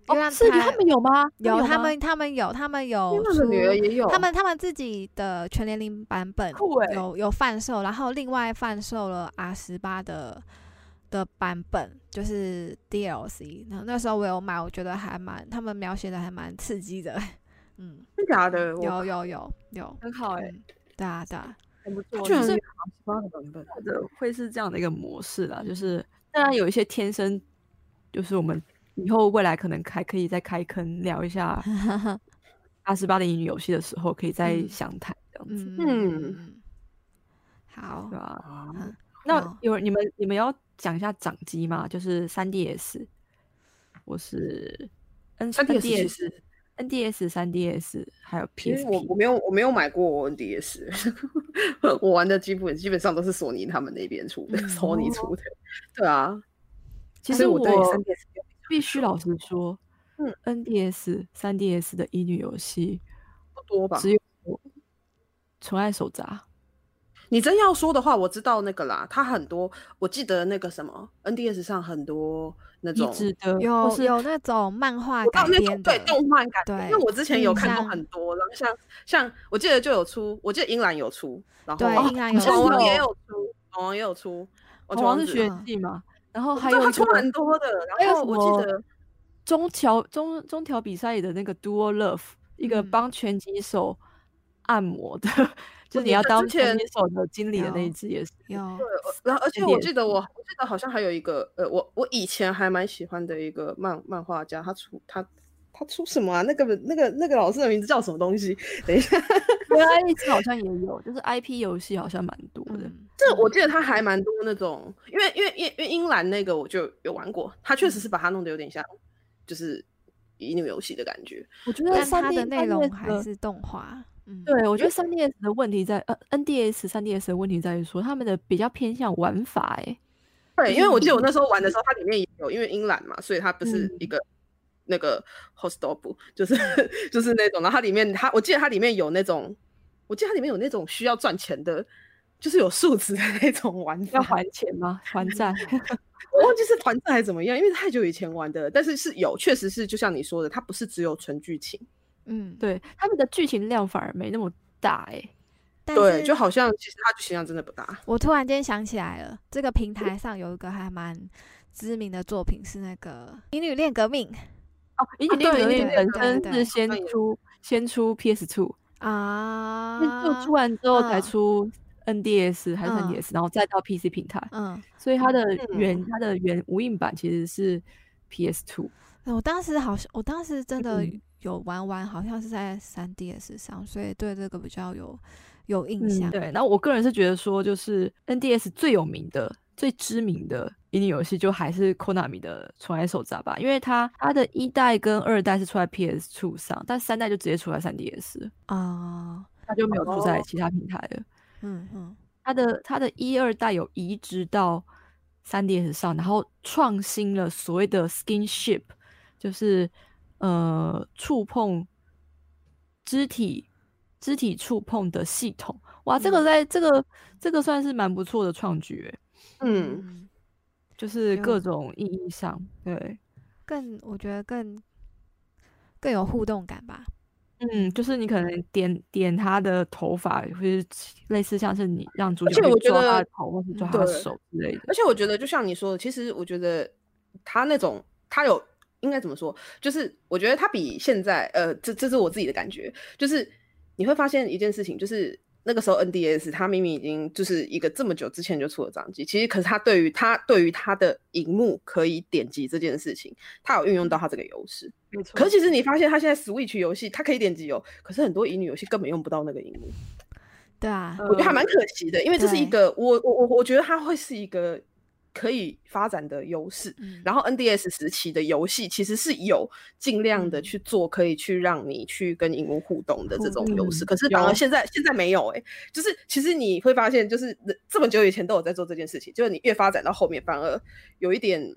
S1: 月亮
S2: 哦，是
S1: 她
S2: 他们有吗？
S1: 有
S2: 吗
S1: 他们他们有他们有
S4: 哦他的女
S1: 出
S4: 儿也有，
S1: 他们他们自己的全年龄版本
S2: 酷欸
S1: 有有贩售，然后另外贩售了 R 十八的的版本，就是 DLC。然后那时候我有买，我觉得还蛮他们描写的还蛮刺激的。嗯，
S4: 真假的， 我欸
S1: 有有有有，
S2: 很好哎、
S1: 嗯，对啊对啊，
S2: 很不错。
S4: 居
S2: 就
S4: 然
S2: 是
S4: 有十八个版本，
S2: 的会是这样的一个模式啦，就是当然有一些天生，就是我们以后未来可能还可以再开坑聊一 下 R 十八的乙女游戏的时候，可以再
S1: 嗯
S2: 详谈这样子，
S1: 嗯
S4: 嗯
S1: 嗯，好
S2: 对，吧？
S4: 啊
S2: 那
S1: 好
S2: 有你们你们要讲一下掌机吗？就是三 DS，我是嗯 N
S4: 三 DS 其
S2: 3DS
S4: 实
S2: NDS 三 DS 还有
S4: 因为
S2: PSP，
S4: 我我没有我没有买过 NDS，我玩的基本基本上都是索尼他们那边出的，
S1: 嗯
S4: 索尼出的，对啊，
S2: 其
S4: 所
S2: 实
S4: 以
S2: 我
S4: 我对三 DS
S2: 必须老实说，
S4: 嗯
S2: ，NDS 三 DS 的乙女游戏
S4: 不多吧？
S2: 只有《纯爱手札
S4: 你真要说的话，我知道那个啦，它很多，我记得那个什么 NDS 上很多那》
S2: 移
S4: 种，
S2: 植的，或
S1: 有
S2: 是
S1: 有那种漫画
S4: 我知
S1: 改
S4: 道那
S1: 编
S4: 种对
S1: 的，
S4: 动漫感觉，
S1: 对
S4: 因为我之前有
S1: 嗯
S4: 看过
S1: 像
S4: 很多，然后像像我记得就有出，我记得英兰有出，然后
S1: 对
S4: 哦
S1: 英兰
S2: 好
S1: 有
S2: 像
S4: 网
S2: 是
S4: 王
S2: 有
S4: 也有出，网王也有出，我
S2: 同王是学
S1: 了
S4: 嗯
S2: 弟嘛，然后还
S4: 还
S2: 有
S4: 有
S2: 一
S4: 出
S2: 个
S4: 蛮多的，
S2: 还
S4: 然
S2: 有
S4: 后
S2: 什
S4: 我记
S2: 么
S4: 得
S2: 中条中中条比赛里的那个 Duo Love，一个
S1: 嗯
S2: 帮拳击手按摩的，就是
S4: 记
S1: 哦
S2: 你要
S4: 得
S2: 当
S4: 之
S2: 拳
S4: 前
S2: 击手的经理的那一
S1: 有
S2: 只也是。
S1: 有
S4: 呃然后而且我记得
S2: NDS
S4: 我我记得好像还有一个呃，我我以前还蛮喜欢的一个漫漫画家，他出他他出什么啊？那个那个那个老师的名字叫什么东西？等一下，
S2: 原来啊一直好像也有，就是 IP 游戏好像蛮多的。
S1: 嗯，
S4: 这我
S1: 嗯
S4: 记得他还蛮多那种，因为因为因为因为英兰那个我就有玩过，他确实是把它弄得有点像就是乙女游戏的感觉。
S2: 我觉得
S1: 但
S2: 三
S1: 它
S2: D
S1: 的内容还
S2: 的
S1: 是动画，嗯，
S2: 对，我觉得三 DS 的问题在呃 NDS 三 DS 的问题在于说他们的比较偏向玩法、欸，
S4: 对，因为我记得我那时候玩的时候，它里面也有，因为英兰嘛，所以它不是一个、那个 hostop，就是就是那种，然后它里面它，我记得它里面有那种，我记得它里面有那种需要赚钱的，就是有数值的那种玩法
S2: 要，还钱吗？还债？
S4: 我忘记是团战还是怎么样，因为太久以前玩的，但是是有，确实是就像你说的，它不是只有纯剧情，
S1: 嗯，
S2: 对，他们的剧情量反而没那么大、欸，
S1: 但
S4: 对，
S1: 是
S4: 就好像其实它剧情量真的不大，
S1: 我突然间想起来了，这个平台上有一个还蛮知名的作品是那个《乙女恋革命》
S2: 哦，引起
S4: 对
S2: 那个
S4: 引起那
S2: 本
S4: 个
S2: 身
S1: 啊
S2: 是
S1: 对
S2: 先
S4: 对
S2: 出先出 PS Two，
S1: 啊，
S2: 就出完之后才
S1: 嗯
S2: 出 NDS 还是
S1: 嗯
S2: NDS，、然后再到 PC 平台，
S1: 嗯，
S2: 所以它的
S4: 嗯
S2: 原、它的原无印版其实是 PS Two，
S1: 我当时好像，我当时真的
S2: 嗯
S1: 有玩玩，好像是在三 DS 上，所以对这个比较有有印象。
S2: 嗯对。然后我个人是觉得说，就是 NDS 最有名的、最知名的乙女游戏，就还是 Konami 的《纯爱手札》吧，因为它它的一代跟二代是出在 PS Two 上，但三代就直接出在 3DS，了
S1: 啊，
S2: 它就没有出在
S4: 哦
S2: 其他平台了。
S1: 嗯嗯，
S2: 它的它的一二代有移植到 3DS 上，然后创新了所谓的 skinship，就是呃触碰肢体肢体触碰的系统。哇，这个
S1: 嗯
S2: 在、这个这个算是蛮不错的创举欸，
S4: 嗯，
S2: 就是
S1: 有
S4: 啊
S2: 各种意义上，对，
S1: 更我觉得更更有互动感吧。
S2: 嗯，就是你可能点点他的头发，或是类似像是你让主
S4: 而
S2: 角
S4: 且我
S2: 去抓
S4: 觉
S2: 他
S4: 得
S2: 的头，或是抓
S1: 嗯
S2: 他的
S4: 对
S2: 手之类的。
S4: 而且我觉得，就像你说的，其实我觉得他那种他有应该怎么说，就是我觉得他比现在呃，这这是我自己的感觉，就是你会发现一件事情，就是那个时候 NDS 它明明已经就是一个这么久之前就出了掌机，其实可是它对于它对于它的荧幕可以点击这件事情，它有运用到它这个优势。
S2: 没错
S4: 可是其实你发现它现在 Switch 游戏它可以点击哦，可是很多乙女游戏根本用不到那个荧幕。
S1: 对啊，
S4: 我觉得还蛮可惜的，因为这是一
S1: 对
S4: 个我我我我觉得它会是一个可以发展的优势。
S1: 嗯，
S4: 然后 NDS 时期的游戏其实是有尽量的
S1: 嗯
S4: 去做，可以去让你去跟荧幕互动的这种优势，
S2: 嗯
S4: 可是反
S2: 有
S4: 而现在现在没有哎、就是其实你会发现，就是这么久以前都有在做这件事情，就是你越发展到后面，反而有一点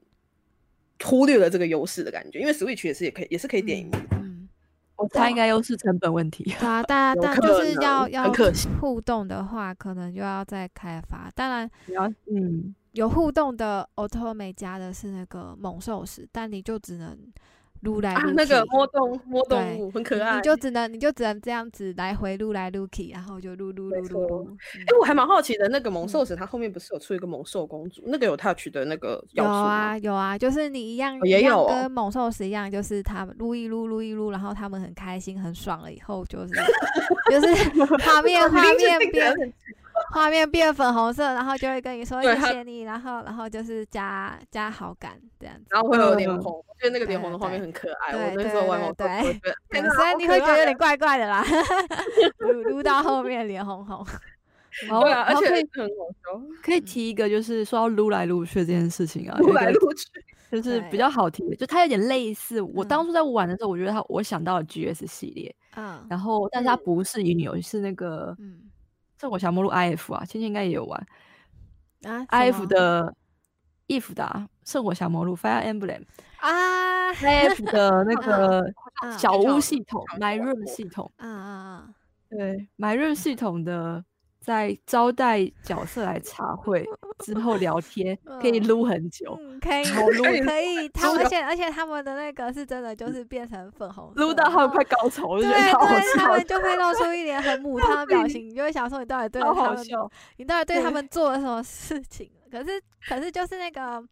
S4: 忽略了这个优势的感觉，因为 Switch 也是也可以也是可以点荧幕的，
S1: 嗯，
S4: 我
S2: 它应该又是成本问题。
S1: 对啊，大家
S4: 有
S1: 但
S4: 可
S1: 就是
S4: 能
S1: 要
S4: 很
S1: 要
S4: 可惜
S1: 互动的话，可能就要再开发。当然，
S2: 你
S4: 啊
S2: 要嗯，
S1: 有互动的 Auto 美加的是那个猛兽石，但你就只能撸来
S4: 啊
S1: 撸去、
S4: 那个摸啊动摸
S1: 对
S4: 动物很可
S1: 你
S4: 爱
S1: 你，就只能你就只能这样子来回撸来撸去，然后就撸撸
S4: 没
S1: 撸撸
S4: 错
S1: 撸。
S4: 哎、
S1: 嗯
S4: 我还蛮好奇的，那个
S1: 嗯
S4: 猛兽神，它后面不是有出一个猛兽公主？那个有 touch 的那个要
S1: 有
S4: 素吗？
S1: 啊有啊，就是你一样、
S4: 哦也
S1: 一样
S4: 有哦
S1: 跟猛兽石一样，就是他们撸一撸撸一撸，然后他们很开心很爽了以后， 就是就是 画面
S4: 明
S1: 画
S4: 明是
S1: 面
S4: 那个
S1: 变
S4: 人
S1: 画面变粉红色，然后就会跟你说
S4: 对
S1: 谢
S4: 他
S1: 谢你，然后然后就是加加好感这样子。
S4: 然后会有
S2: 嗯
S4: 脸红，我觉得那个脸红的画面
S1: 对
S4: 很可爱。我
S1: 对
S4: 那时候
S1: 对
S4: 玩
S1: 对
S4: 猛兽神，我觉得
S1: 对
S4: 天哪
S1: 所以
S4: 好
S1: 你
S4: 可
S1: 会觉得
S4: 爱
S1: 有
S4: 啊
S1: 点怪 怪的啦，撸撸到后面脸红红。
S2: 然后
S4: 对啊，而
S2: 然后
S4: 且
S2: 可以
S4: 很好笑，
S2: 可以提一个，就是说到撸来撸去这件事情啊，
S4: 撸
S2: 有一个
S4: 来撸去。
S2: 就是比
S1: 对
S2: 较好提的，就它有点类似我
S1: 嗯
S2: 当初在玩的时候，我觉得它我想到了 GS 系列，
S1: 嗯
S2: 然后但是它
S4: 嗯
S2: 不是乙女游戏，是那个《
S1: 嗯
S2: 圣火降魔录》IF 啊，芊芊应该也有玩
S1: 啊什
S2: IF
S1: 么
S2: 的 IF 的啊《圣火降魔录》Fire Emblem
S1: 啊，嗯
S3: 哎
S2: IF 的那个
S1: 嗯
S2: 小
S4: 好
S2: 屋
S4: 像
S2: 系统
S4: 好像
S2: ，My
S4: 有玩
S2: Room
S4: 过
S2: 系统，
S1: 嗯
S2: 对 My Room 系统的。在招待角色来茶会之后聊天，可以
S1: 嗯
S2: 撸很久。
S1: 嗯，可以，
S2: 好撸
S1: 可以，他们
S4: 撸
S1: 而且而且他们的那个是真的就是变成粉红色，
S2: 撸到他
S1: 然
S2: 们
S1: 后
S2: 快高潮，就
S1: 对
S2: 觉得
S1: 对，
S2: 好好笑，
S1: 他们就会露出一脸很母汤 的表情，你就会想说你到底对了
S2: 好
S1: 他
S2: 好
S1: 们，
S2: 笑。
S1: 你到底对
S2: 对
S1: 他们做了什么事情？可是可是就是那个。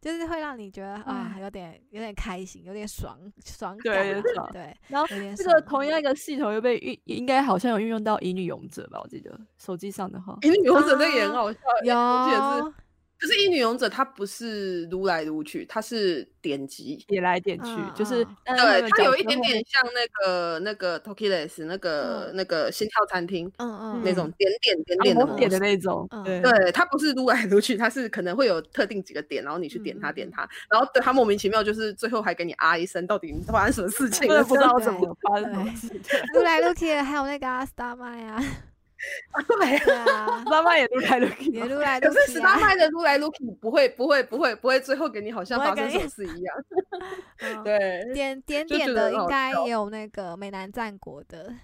S1: 就是会让你觉得啊，
S4: 嗯
S1: 有点有点开心，有点爽爽
S2: 对
S1: 感
S2: 有
S1: 啊
S2: 点爽
S1: 对，
S4: 哦
S2: 然后
S1: 有点
S2: 这个
S1: 爽
S2: 同样一个系统又被运，应该好像有运用到《乙女勇者》吧？我记得手机上的话，
S4: 乙女勇者那个
S1: 啊
S4: 也很好笑，
S1: 有
S4: 记得可是乙女勇者它不是撸来撸去，它是点击。
S2: 点来点去，
S1: 嗯
S2: 就是
S1: 嗯
S2: 但是他
S4: 对，
S2: 们
S4: 它有
S2: 角
S4: 一
S2: 色
S4: 点
S2: 后
S4: 点像那个那个 Tokiles 那个
S1: 嗯
S4: 那个心跳餐厅
S1: 嗯嗯
S4: 那种点点点
S2: 面
S4: 点的
S2: 啊
S4: 模
S2: 我
S4: 式
S2: 点的那种
S1: 嗯，
S2: 对
S4: 对，它不是撸来撸去，它是可能会有特定几个点，然后你去
S1: 嗯
S4: 点它点它，然后对它莫名其妙就是最后还给你啊一声，到底你发生什么事
S2: 真
S4: 情
S2: 的
S4: 了？
S2: 不知道
S1: 对
S2: 怎么发生什么事。对
S1: 撸来撸去的，还有那个啊 Star 麦啊，
S4: 对。
S1: 对 啊，
S2: 妈妈也撸来撸去
S1: 也
S2: 嘛，
S1: 撸来
S4: 可
S1: 撸
S4: 是
S1: 去
S4: 史
S1: 啊
S4: 大，麦的撸来撸去不会不会不会不会，最后给你好像
S1: 不会
S4: 发生
S1: 给
S4: 什
S1: 你
S4: 么事一样。
S1: 嗯
S4: 对，
S1: 点点
S4: 就
S1: 点
S4: 觉得
S1: 的
S4: 很
S1: 应
S4: 好
S1: 该
S4: 笑
S1: 也有那个美男战国的，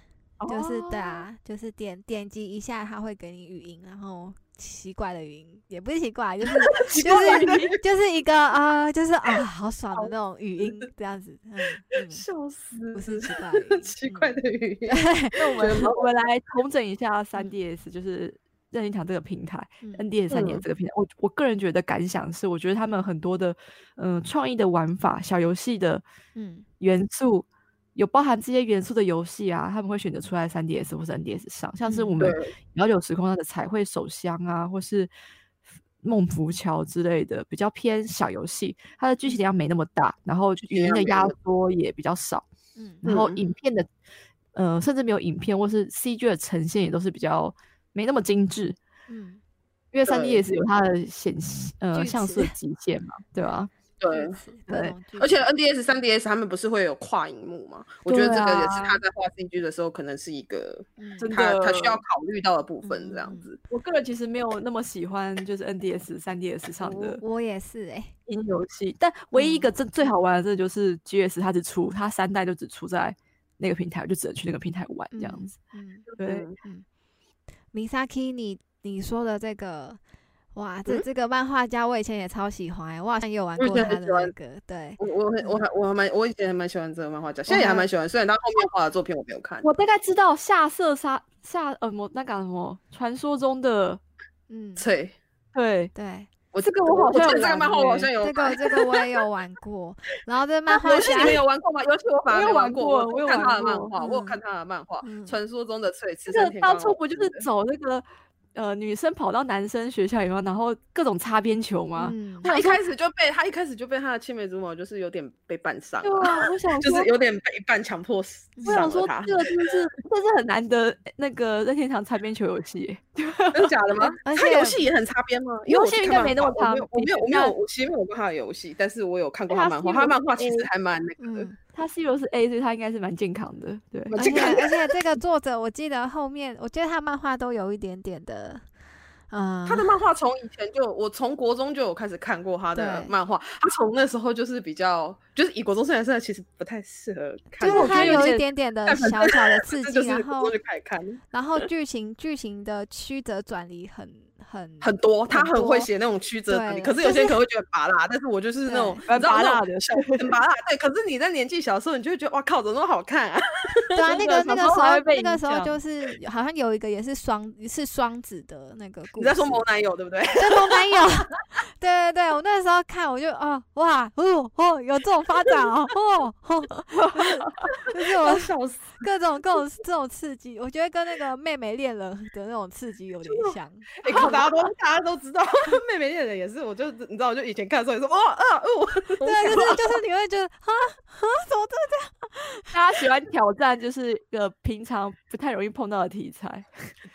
S1: 就是对
S2: 哦，
S1: 啊，就是点点击一下，它会给你语音，然后奇怪的语音也不是奇怪，就是 就是就是一个啊、就是啊好爽的那种语音这样子，嗯嗯，
S4: 笑 死，
S1: 不是奇怪的语
S4: 奇
S1: 音
S4: 怪
S1: 嗯
S4: 的 语言。
S2: 那我
S4: 觉得
S2: 们
S4: 蛮
S2: 我们来重整一下三 DS，就是任天堂这个平台。
S1: 嗯
S2: NDS 三年
S4: 嗯
S2: 这个平台，我我个人觉得感想是，我觉呃得他们很多的嗯创、意的玩法、小游戏的
S1: 嗯
S2: 元素，有包含这些元素的游戏啊，他们会选择出在 3DS 或是 NDS 上，像是
S1: 嗯
S2: 我们
S4: 对
S2: 遥柳时空它的彩绘手箱啊，或是梦浮桥之类的，比较偏小游戏，它的剧情量没那么大，然后
S4: 情
S2: 语音
S4: 量
S2: 的
S4: 没
S2: 压
S4: 那么
S2: 缩也比较少，
S1: 嗯
S2: 然后
S4: 嗯
S2: 影片的呃甚至没有影片或是 CG 的呈现也都是比较没那么精致，
S1: 嗯，
S2: 因为 3D
S4: 对
S2: 也是有它的显呃
S1: 锯
S2: 像素
S1: 齿
S2: 的极限嘛，对吧、
S4: 对，
S1: 锯齿各
S2: 对
S1: 种锯
S4: 而且
S1: 齿
S4: NDS、3DS 他们不是会有跨荧幕吗？我觉得这
S2: 对
S4: 个也是
S2: 啊
S4: 他在画 CG 的时候，可能是一个
S1: 嗯
S2: 真
S4: 他他需
S2: 的
S4: 要考虑到的部分，这
S1: 嗯
S4: 样
S1: 嗯
S4: 子。
S2: 我个人其实没有那么喜欢，就是 NDS、3DS 上的
S1: 我我也是哎、
S2: 音游戏，但唯一一个
S1: 嗯
S2: 真最好玩的，真的就是 GS，它只出它三代就只出在那个平台，我就只能去那个平台玩这样子。
S1: 嗯
S2: 对，
S4: 嗯
S1: ，Misaki，你你说的这个，哇，这、这个漫画家我以前也超喜欢欸、我好像也有玩
S4: 嗯我以
S1: 过
S4: 前
S1: 他
S4: 很
S1: 的
S4: 喜欢
S1: 那个，对，
S4: 我我很我还我还蛮我以前还蛮喜欢这个漫画家，现在也还蛮喜欢，虽然他后面画的作品我没有看。
S2: 我大概知道下色杀下呃么那个什么传说中的
S1: 嗯，
S4: 对，
S2: 对
S1: 对，
S4: 我
S2: 这个我好像
S4: 记得
S2: 有
S4: 这个
S2: 玩
S4: 漫画我好
S2: 欸
S4: 像有
S1: 这个
S4: 玩，啊
S1: 这个我 也有玩过，然后这漫画
S4: 游戏
S1: 家
S4: 你们有玩过吗？游戏我反
S2: 我
S4: 而
S2: 有
S4: 没
S2: 玩
S4: 玩
S2: 过
S4: 我
S2: 我有
S4: 看
S2: 玩
S4: 他的
S2: 过
S4: 漫画，我有
S1: 嗯
S4: 看他的漫画
S1: 嗯
S4: 《传说中的翠刺
S2: 这
S4: 山
S2: 个
S4: 田》。
S2: 当初不就是走那个呃女生跑到男生学校以后，然后各种擦边球吗？
S1: 嗯
S4: 他一开始就被他一开始就被他的青梅竹马就是有点被绊上
S2: 对
S4: 了，
S2: 啊，我想
S4: 就
S2: 说
S4: 是有点被半强迫上
S2: 我想
S4: 了
S2: 说
S4: 他，
S2: 这个真的 是这是很难得那个任天堂擦边球游戏耶。
S4: 真的假的吗？
S1: 而
S4: 他游
S1: 且
S4: 戏也很擦边吗？因
S2: 游
S4: 为我
S2: 戏
S4: 是
S2: 应
S4: 看
S2: 该没
S4: 漫
S2: 那么
S4: 画
S2: 擦
S4: 我没有，我没
S2: 比
S4: 有，
S2: 较
S4: 我没有，其实没有看他的游戏，但是我有看过
S2: 对
S4: 他
S2: 哎他
S4: 漫
S2: 是
S4: 画。
S2: 有
S4: 他的漫画其实
S2: 嗯
S4: 还蛮那个的，
S1: 嗯。
S2: 他 C 罗是 A，所以他应该是蛮健康的。对，
S4: 我
S1: 而
S4: 去
S1: 且
S4: 看
S1: 而且这个作者，我记得后面，我觉得他漫画都有一点点的，嗯，
S4: 他的漫画从以前就，我从国中就有开始看过他的
S1: 对
S4: 漫画。他从那时候就是比较，就是以国中生来说，其实不太适合看。
S1: 就是
S4: 我觉
S1: 啊他
S4: 得
S1: 有一
S4: 些
S1: 点点的
S4: 但反
S1: 小小的刺
S4: 这
S1: 激
S4: 就，是
S1: 然
S4: 国
S1: 后
S4: 中就开始看，
S1: 然后剧情剧情的曲折转离很很
S4: 很多，他
S1: 很
S4: 很会
S1: 多
S4: 写那种曲折的。
S1: 对
S4: 可是
S1: 就
S4: 有些人
S1: 是
S4: 可能会觉得拔辣，但是我就是那种
S1: 对
S4: 你
S2: 蛮
S4: 知道
S2: 拔
S4: 那
S2: 辣
S4: 种
S2: 的
S4: 小 很拔辣。对，可是你在年纪小的时候，你就会觉得哇靠，怎么那么好看啊？
S1: 对啊，那
S2: 真
S1: 个
S2: 的
S1: 那
S2: 小时
S1: 个时
S2: 候还
S1: 候
S2: 会被
S1: 那个
S2: 影
S1: 时候
S2: 响
S1: 就是好像有一个也是双是双子的那个故事，
S4: 你在说某男友对不对？
S1: 对萌男友， 对对对，我那时候看我就哦哇哦哦有这种发展哦哦，哦 就是我
S4: 笑死！
S1: 各种各种这种刺激，我觉得跟那个妹妹恋人的那种刺激有点像，
S4: 哎、可大家都大家都知道， 妹妹恋人也是，我就你知道，我就以前看的时候也说，哦啊哦，
S1: 对，就是就是你会觉得啊啊怎么这
S2: 大家喜欢挑战，就是一个平常不太容易碰到的题材。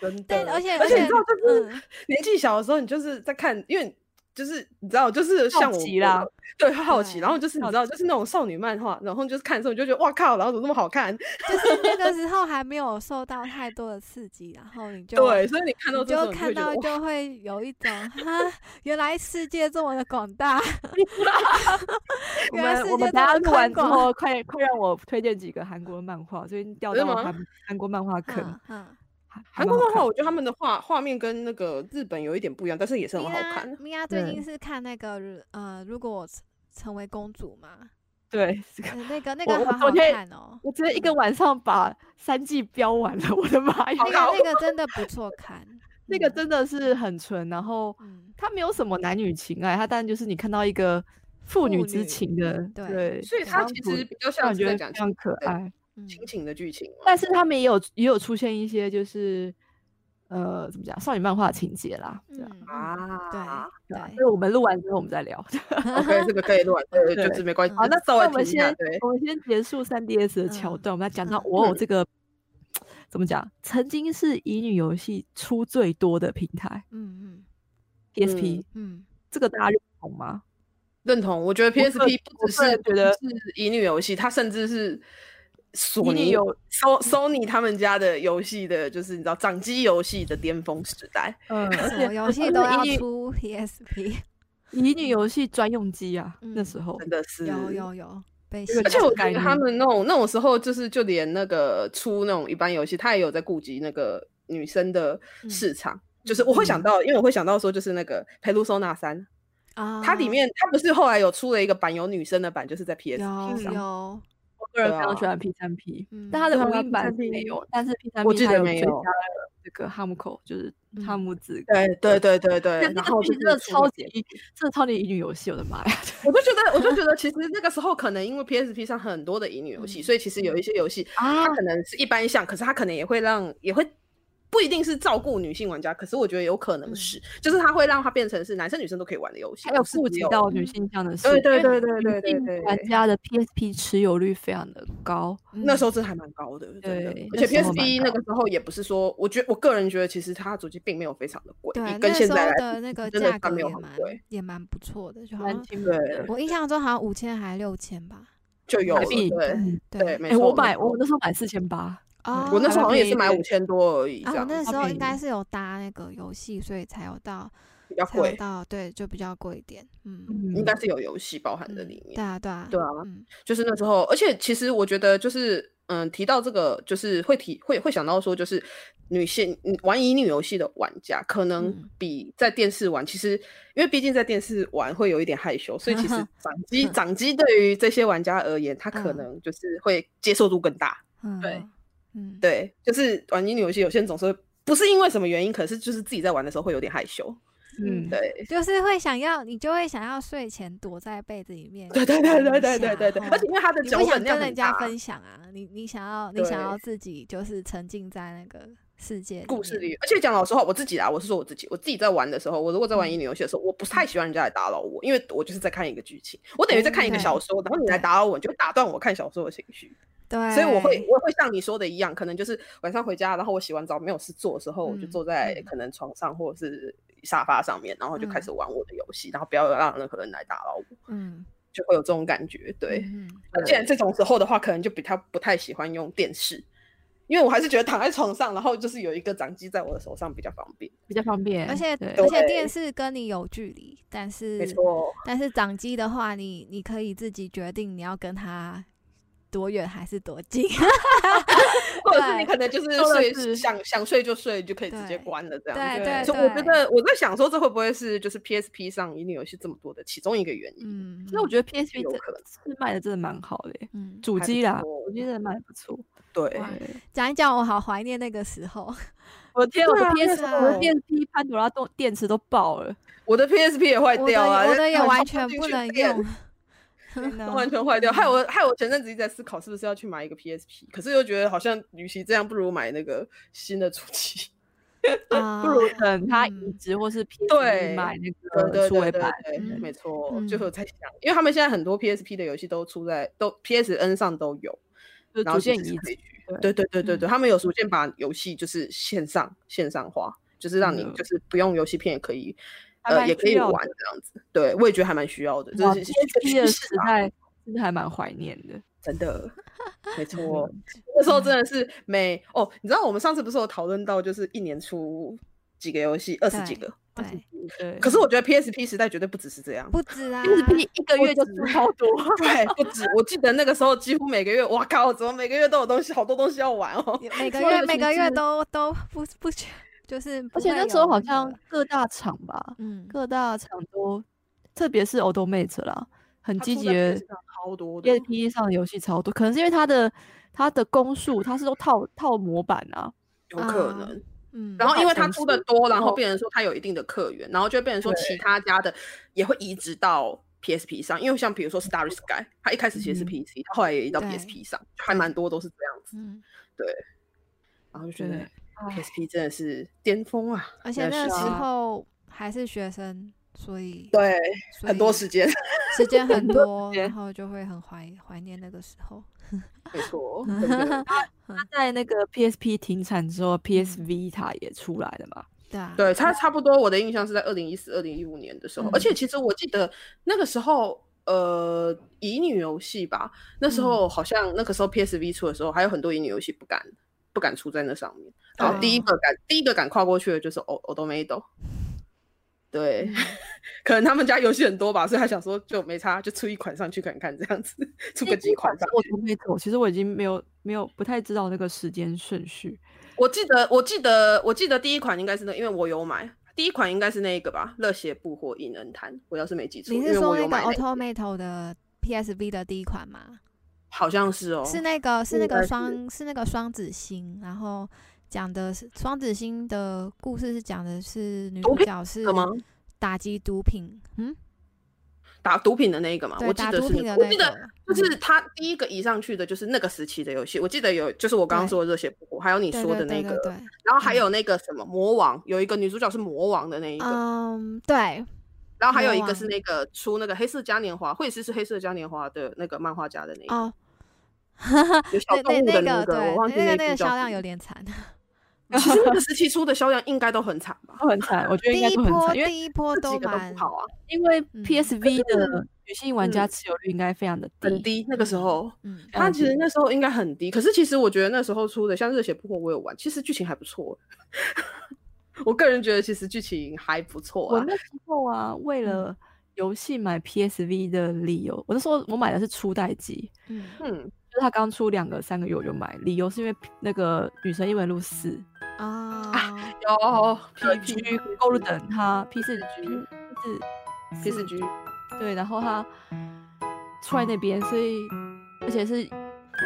S4: 真
S1: 对，而且
S4: 而且你
S1: 且
S4: 知道，就是
S1: 嗯
S4: 年纪小的时候，你就是在看，因为就是你知道，就是像我
S2: 奇啦，
S4: 我对，好奇，
S1: 对
S4: 然后就是你知道，就是那种少女漫画，然后就是看的时候你就觉得哇靠，然后怎么那么好看？
S1: 就是那个时候还没有受到太多的刺激，然后你就
S4: 对，所以你看到
S1: 你
S4: 这
S1: 就
S4: 种，你
S1: 看
S4: 会觉
S1: 到
S4: 得哇，
S1: 就会有一种哈，原来世界这么的广大，
S2: 我
S1: 原来世
S2: 们我
S1: 界
S2: 们
S1: 这
S2: 大家
S1: 么
S2: 录完
S1: 宽
S2: 之
S1: 广。
S2: 后，快快让我推荐几个韩国的漫画，最近掉
S4: 真
S2: 到
S4: 的吗
S2: 韩韩国漫画坑。
S1: 嗯嗯，
S2: 还还
S4: 韩
S2: 蛮
S4: 国
S2: 好
S4: 漫画，
S2: 看
S4: 我觉得他们的画画面跟那个日本有一点不一样，但是也是很
S1: 米
S4: 好
S1: 娅
S4: 看。
S1: 米娅最
S2: 对啊
S1: 近是看那个呃，如果我成成为公主嘛，
S2: 对 这个
S1: 呃那个那
S2: 我
S1: 个
S2: 我
S1: 好
S2: 昨
S1: 好
S2: 天
S1: 看哦，
S2: 我直接一个晚上把三季标完了，我的妈呀
S4: 好！
S1: 那
S4: 看
S1: 个 那个真的不错看，
S2: 那个
S1: 嗯
S2: 真的是很纯，然后
S1: 嗯
S2: 它没有什么男女情爱，它当然就是你看到一个
S1: 妇
S2: 父女之
S1: 女
S2: 情的，
S1: 对
S2: 对，
S4: 所以
S1: 它
S4: 它
S2: 相
S4: 其
S2: 处
S4: 实比较
S2: 让
S4: 像
S2: 你
S4: 是
S2: 觉
S4: 在
S2: 得
S4: 讲
S2: 非常可
S4: 对
S2: 爱。
S1: 嗯
S4: 亲情的剧情嘛，
S2: 但是他们也有也有出现一些就是呃怎么讲少女漫画的情节啦，对啊
S1: 嗯
S4: 啊，
S1: 对
S2: 所以我们录完之后我们再聊。
S4: OK，这 个可以乱，对，
S2: 对
S4: 就是没关系。
S1: 好
S4: 就
S2: 那
S4: 稍微
S2: 我们
S4: 停一下
S2: 先
S4: 对，
S2: 我们先结束三 DS 的桥
S1: 嗯
S2: 段，我们来讲到
S1: 嗯
S2: 哦
S4: 嗯
S2: 这个怎么讲，曾经是乙女游戏出最多的平台
S1: 嗯嗯
S2: PSP，
S1: 嗯
S2: 这个大家认同吗？
S4: 认同。我觉得 PSP 不
S2: 我
S4: 只
S2: 个
S4: 是
S2: 人觉得
S4: 不只是乙女游戏，它甚至是索
S2: 乙女
S4: 尼
S2: 游嗯
S4: So Sony 他们家的游戏的，就是你知道掌机游戏的巅峰时代。
S2: 嗯，而
S1: 嗯，什么
S2: 且
S1: 游戏
S2: 而
S1: 都
S2: 且
S1: 要
S2: 乙女
S1: 出 PSP，
S2: 乙女游戏专用机啊，那时
S1: 嗯
S2: 候
S4: 真的是。
S1: 有有有被
S2: 这个这
S4: 而且
S1: 洗脑
S2: 种
S4: 我觉
S2: 概
S4: 得
S2: 念
S4: 他们那种那种时候，就是就连那个出那种一般游戏，他也有在顾及那个女生的
S2: 嗯
S4: 市场。就是我会想到，因为我会想到说，就是那个《佩鲁索纳三》，
S1: 啊，
S4: 它里面它不是后来有出了一个版有女生的版，就是在 PSP
S1: 有
S4: 上。
S1: 有，
S2: 我个人非
S4: 对
S2: 常
S4: 啊
S2: 喜欢 P 三 P，
S1: 嗯
S2: 但它的
S4: 对啊
S2: 无印版是没
S4: ，P3P
S2: 有，但是 P 三
S4: 我
S2: P
S4: 记
S2: 它
S4: 得
S2: 有
S4: 没
S2: 追加
S4: 有
S2: 了这个哈姆口，就是哈姆子。
S4: 对对对对对，
S2: 但
S4: 然
S2: 这
S4: 后
S2: 个
S4: 就
S2: 剧情
S4: 是
S2: 真的
S4: 出
S2: 超
S4: 了
S2: 级，真的超级乙女游戏，我的妈呀！
S4: 我就觉得，我就觉得，其实那个时候可能因为 PSP 上很多的乙女游戏，
S1: 嗯
S4: 所以其实有一些游戏，
S2: 啊
S4: 它可能是一般项，可是它可能也会让，也会不一定是照顾女性玩家，可是我觉得有可能是，就是它会让它变成是男生女生都可以玩的游戏，
S2: 还有
S4: 不是
S2: 顾
S4: 只
S2: 及
S4: 有
S2: 到女性向的事，
S4: 对对
S2: 因为
S4: 对对对对
S2: 女
S4: 对
S2: 性玩家的 PSP 持有率非常的高，
S1: 嗯
S4: 那时候真的还蛮高的，真的
S2: 对
S4: 而且
S2: 那时候蛮
S4: PSP
S2: 高
S4: 那个时候也不是说，我觉我个人觉得其实它主机并没有非常的贵，
S1: 对啊，
S4: 跟
S1: 那
S4: 现
S1: 时
S4: 在
S1: 候
S4: 来
S1: 的
S4: 比
S1: 那个
S4: 真的
S1: 价
S4: 它
S1: 格
S4: 没有
S1: 也
S4: 很
S1: 蛮
S4: 贵，
S1: 也蛮不错的，就
S4: 啊
S1: 好
S2: 蛮
S1: 像
S2: 亲民
S4: 对
S2: 的。
S1: 我印象中好像五千还六千吧。
S4: 就有
S2: 台
S4: 了
S2: 币
S4: 对。
S2: 嗯
S1: 对
S4: 对，没
S2: 哎，
S4: 错。
S2: 我
S4: 没
S2: 买
S4: 错
S2: 我那时候买四千八，
S1: 哦，
S4: 我那时候好像也是
S2: 还
S4: 买
S2: 蛮便宜
S4: 五千多而已，这
S1: 啊，我
S4: 样
S1: 那时候应
S2: 便
S1: 该
S2: 宜
S1: 是有搭那个游戏，所以才有到
S4: 比较
S1: 才有
S4: 贵，
S1: 到对，就比较贵一点。嗯，
S2: 应
S4: 应该是有游戏包含在
S1: 嗯
S4: 里面
S1: 对。啊，对啊，
S4: 对啊
S1: 嗯
S4: 就是那时候，而且其实我觉得就是，嗯，提到这个，就是会提会会想到说，就是女性嗯玩乙女游戏的玩家，可能
S1: 嗯
S4: 比在电视玩，其实因为毕竟在电视玩会有一点害羞，所以其实 掌机掌机对于这些玩家而言，他可
S1: 嗯
S4: 能就是会接受度更大。
S1: 嗯，
S4: 对，
S1: 嗯，
S4: 对，就是玩乙女游戏，有些人总是会不是因为什么原因，可是就是自己在玩的时候会有点害羞。
S2: 嗯，
S4: 对，
S1: 就是会想要，你就会想要睡前躲在被子里面
S4: 对
S1: 看一下。
S4: 对对对对对对对，而且因为他的
S1: 啊嗯你
S4: 脚
S1: 不想
S4: 本
S1: 跟
S4: 量
S1: 人
S4: 很
S1: 家
S4: 大，
S1: 分享啊，你你想要你想
S4: 对
S1: 要自己就是沉浸在那个世界
S4: 故事
S1: 面
S4: 里，而且讲老实话，我自己啦，啊我是说我自己，我自己在玩的时候，我如果在玩
S1: 嗯
S4: 乙女游戏的时候，我不太喜欢人家来打扰我，因为我就是在看一个剧情，我等于在看一个
S1: 嗯
S4: 小说，然后你来
S1: 对
S4: 打扰我，你就打断我看小说的情绪，
S1: 对，
S4: 所以我会我会像你说的一样，可能就是晚上回家，然后我洗完澡没有事做的时候，我就
S1: 嗯
S4: 坐在
S1: 嗯
S4: 可能床上或者是沙发上面，然后就开始玩我的游戏，然后不要让任何人来打扰我，
S1: 嗯
S4: 就会有这种感觉，对。
S1: 嗯嗯
S4: 而且这种时候的话，可能就比较不太喜欢用电视，因为我还是觉得躺在床上，然后就是有一个掌机在我的手上比较方便。
S2: 比较方便，
S1: 嗯而且
S2: 对
S1: 而且
S4: 对
S1: 电视跟你有距离，但
S4: 没
S1: 是
S4: 错，
S1: 但是掌机的话，你你可以自己决定你要跟它多远还是多 近。
S4: 或者是你可能就是
S2: 说的
S4: 睡
S2: 是
S4: 想想睡就睡，就可以直接
S1: 对
S4: 关了这样
S1: 对
S4: 子。
S1: 对
S4: 所以
S1: 对，
S4: 我觉得我在想说，这会不会是就是 PSP 上乙女游戏这么多的其中一个原因？
S1: 嗯，
S2: 那我觉得 PSP
S4: 有
S2: 这
S4: 可能
S2: 是卖的真的蛮好的耶，
S1: 嗯，
S2: 主
S4: 还不
S2: 机啦，
S4: 错
S2: 主机真的卖得不错。
S4: 对
S1: 哇
S2: 对
S1: 讲一讲，我好怀念那个时候。
S2: 我的天，我
S4: 对
S2: 的
S4: 啊那
S2: PS
S4: 时
S2: 我的
S4: 候
S2: PSP 潘朵拉动电池都爆了，
S4: 我的 PSP 也坏
S1: 我
S4: 掉啊，
S1: 的我的也
S4: 然后
S1: 完
S4: 插
S1: 全
S4: 进
S1: 不
S4: 去
S1: 能
S4: 电
S1: 用。 嗯
S4: 完全坏掉，害我害我前阵子一直在思考是不是要去买一个 PSP，可是又觉得好像与其这样，不如买那个新的主机。
S1: 啊
S2: 不如等它移
S1: 嗯
S2: 植或是 PSP
S4: 对
S2: 买那
S4: 对对
S2: 呃个数
S4: 对
S2: 位
S4: 对
S2: 版。
S4: 对，
S1: 嗯
S4: 没错，
S1: 嗯
S4: 就是我在想，因为他们现在很多 PSP 的游戏都出在都 PSN 上都有，
S2: 就
S4: 然后
S2: 逐
S4: 其
S2: 渐
S4: 实是
S2: 移
S4: 可
S2: 植嗯
S4: 以，去，对对对对对，他们有逐渐把游戏就是线上线上化，就是让你
S2: 嗯
S4: 就是不用游戏片也可以，
S2: 还
S4: 呃，
S2: 蛮
S4: 也可以
S2: 需要
S4: 玩
S2: 的
S4: 这样子。对，我也觉得还蛮需要的，
S2: 哇
S4: 就是
S2: ，PSP 的时
S4: 是啊，
S2: 代真的还蛮怀念的。
S4: 真的，没错。那时候
S2: 嗯
S4: 真的是每哦，你知道我们上次不是有讨论到，就是一年出几个游戏，二十几
S1: 对
S4: 个。
S1: 对，
S2: 对，
S4: 可是我觉得 PSP 时代绝对不只是这样，
S1: 不止啊，
S2: PSP 一个
S4: 我
S2: 月就
S4: 只
S2: 出超多，
S4: 对，不止。我记得那个时候几乎每个月，哇靠，怎么每个月都有东西，好多东西要玩哦。
S1: 有每个
S2: 所有
S1: 月
S2: 的
S1: 每
S2: 形
S1: 个月
S2: 式
S1: 都都不不缺，就是不
S2: 而且
S1: 会
S2: 那时候
S1: 有
S2: 好
S1: 那
S2: 像
S1: 个
S2: 各大厂吧，
S1: 嗯，
S2: 各大厂都，特别是 o d o m a t e 啦，很积极的
S4: 超多的，
S2: PSP E 上的游戏超多，可能是因为它的它的攻速它是都套套模板啊，
S4: 有可
S1: 啊
S4: 能。
S1: 嗯，
S4: 然后因为
S2: 好
S4: 它
S2: 像
S4: 出的
S2: 是
S4: 多，然后
S2: 哦
S4: 变成说它有一定的客源，然后就会变成说
S2: 对
S4: 其他家的也会移植到 PSP 上，因为像比如说 Star Sky，它一开始其实是
S2: 嗯
S4: PC，它后来也移到
S1: 对
S4: PSP 上，就还蛮多都是这样子。
S1: 嗯，
S4: 然后就觉得
S2: 对，唉
S4: PSP 真的是巅峰啊！
S1: 而且那
S4: 是
S1: 时
S4: 啊
S1: 候还是学生，所以
S4: 对
S1: 所
S4: 很多
S1: 以
S4: 时间，
S1: 时间很多，
S2: 间
S1: 然后就会很怀怀念那个时候。
S4: 没 错，真的
S2: 在那个 PSP 停产之后，PSV 它也出来了嘛，
S1: 对啊，
S4: 对，差差不多，我的印象是在二零一四、二零一五年的时候，而且其实我记得那个时候，呃，乙女游戏吧，那时候好像那个时候 PSV 出的时候，还有很多乙女游戏不敢不敢出在那上面。然后第一个敢、第一个敢跨过去的就是 O O d o m a d o 对，
S1: 嗯
S4: 可能他们家游戏很多吧，所以他想说就没差，就出一款上去看看这样子，出个几款上去。
S2: 我都没走，其实我已经没有没有不太知道那个时间顺序。，
S4: 我记得，我记得，我记得第一款应该是那，因为我有买。第一款应该是那个吧，热血布或引人谈，我要是没记错，
S1: 你
S4: 因
S1: 是
S4: 为
S1: 说
S4: 我
S1: 那
S4: 有
S1: 个
S4: 买那
S1: Automato 的 PSV 的第一款吗？
S4: 好像是哦，
S1: 是那个是那
S4: 应该
S1: 个
S4: 是
S1: 双是那个双子星，然后讲的是双子星的故事，是讲的是女
S4: 毒
S1: 主
S4: 品
S1: 角是
S4: 那个吗？
S1: 打击毒品，嗯，
S4: 打毒品的那一个嘛，
S1: 对，
S4: 啊我记
S1: 打
S4: 得
S1: 毒
S4: 是
S1: 品
S4: 那
S1: 的
S4: 个，
S1: 那
S4: 我记得
S1: 个，嗯
S4: 就是他第一个移上去的就是那个时期的游戏。我记得有，就是我刚刚
S1: 对
S4: 说的热血不火，还有你
S1: 对
S4: 说的
S1: 对
S4: 那
S1: 对
S4: 个
S1: 对，嗯对，
S4: 然后还有那个什么魔王，有一个女主角是魔王的那一个，
S1: 嗯，对，
S4: 然后还有一
S1: 魔
S4: 个是
S1: 王
S4: 那个出那个黑色嘉年华，惠斯是黑色嘉年华的那个漫画家的那一个，
S1: 哦，
S4: 有小动
S1: 对
S4: 物的
S1: 那那
S4: 个，我
S1: 对，
S4: 忘记
S1: 那个
S4: 部
S1: 那个
S4: 叫
S1: 销
S4: 什么
S1: 量有点惨。
S4: 其实那个时期出的销量应该都很惨吧
S2: 哦很惨，我觉得
S1: 第
S2: 应该
S1: 一
S2: 都很
S1: 波
S2: 惨，因为
S1: 第一波
S4: 这
S1: 都
S4: 几哦个都
S1: 蛮
S4: 不好啊，
S2: 因为
S1: 嗯
S2: PSV 的女性玩家
S4: 嗯
S2: 持有率应该非常的
S4: 很
S2: 低，
S4: 低。那个时候，
S1: 嗯，
S2: 非
S4: 它
S2: 常
S4: 其实那时候应该很低，可是其实我觉得那时候出的像《热血不惑》，我有玩，其实剧情还不错。 我个人觉得其实剧情还不错
S2: 我
S4: 啊。
S2: 那时候啊，为了游戏买 PSV 的理由，我那时候我买的是初代机，
S1: 嗯
S4: 嗯，
S2: 就是它刚出两个三个月我就买，理由是因为那个《女神异闻录四》
S1: 嗯啊，
S4: 有 P
S2: 的
S4: P
S2: 嗯 G 嗯 Golden 它 P 四 G 是
S4: P 四 G，
S2: 对，然后它出来那边，所以而且是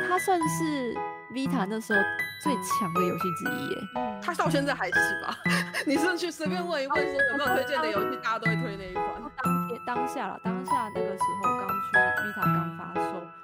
S2: 它算是 Vita 那时候最强的游戏之一耶。
S1: 嗯
S4: 它到现在还是吧？ 你是不是去随便问一问，说有没有推荐的游戏， 大家都会推那一款。
S2: 当天当下啦，当下那个时候刚出 Vita 刚发售，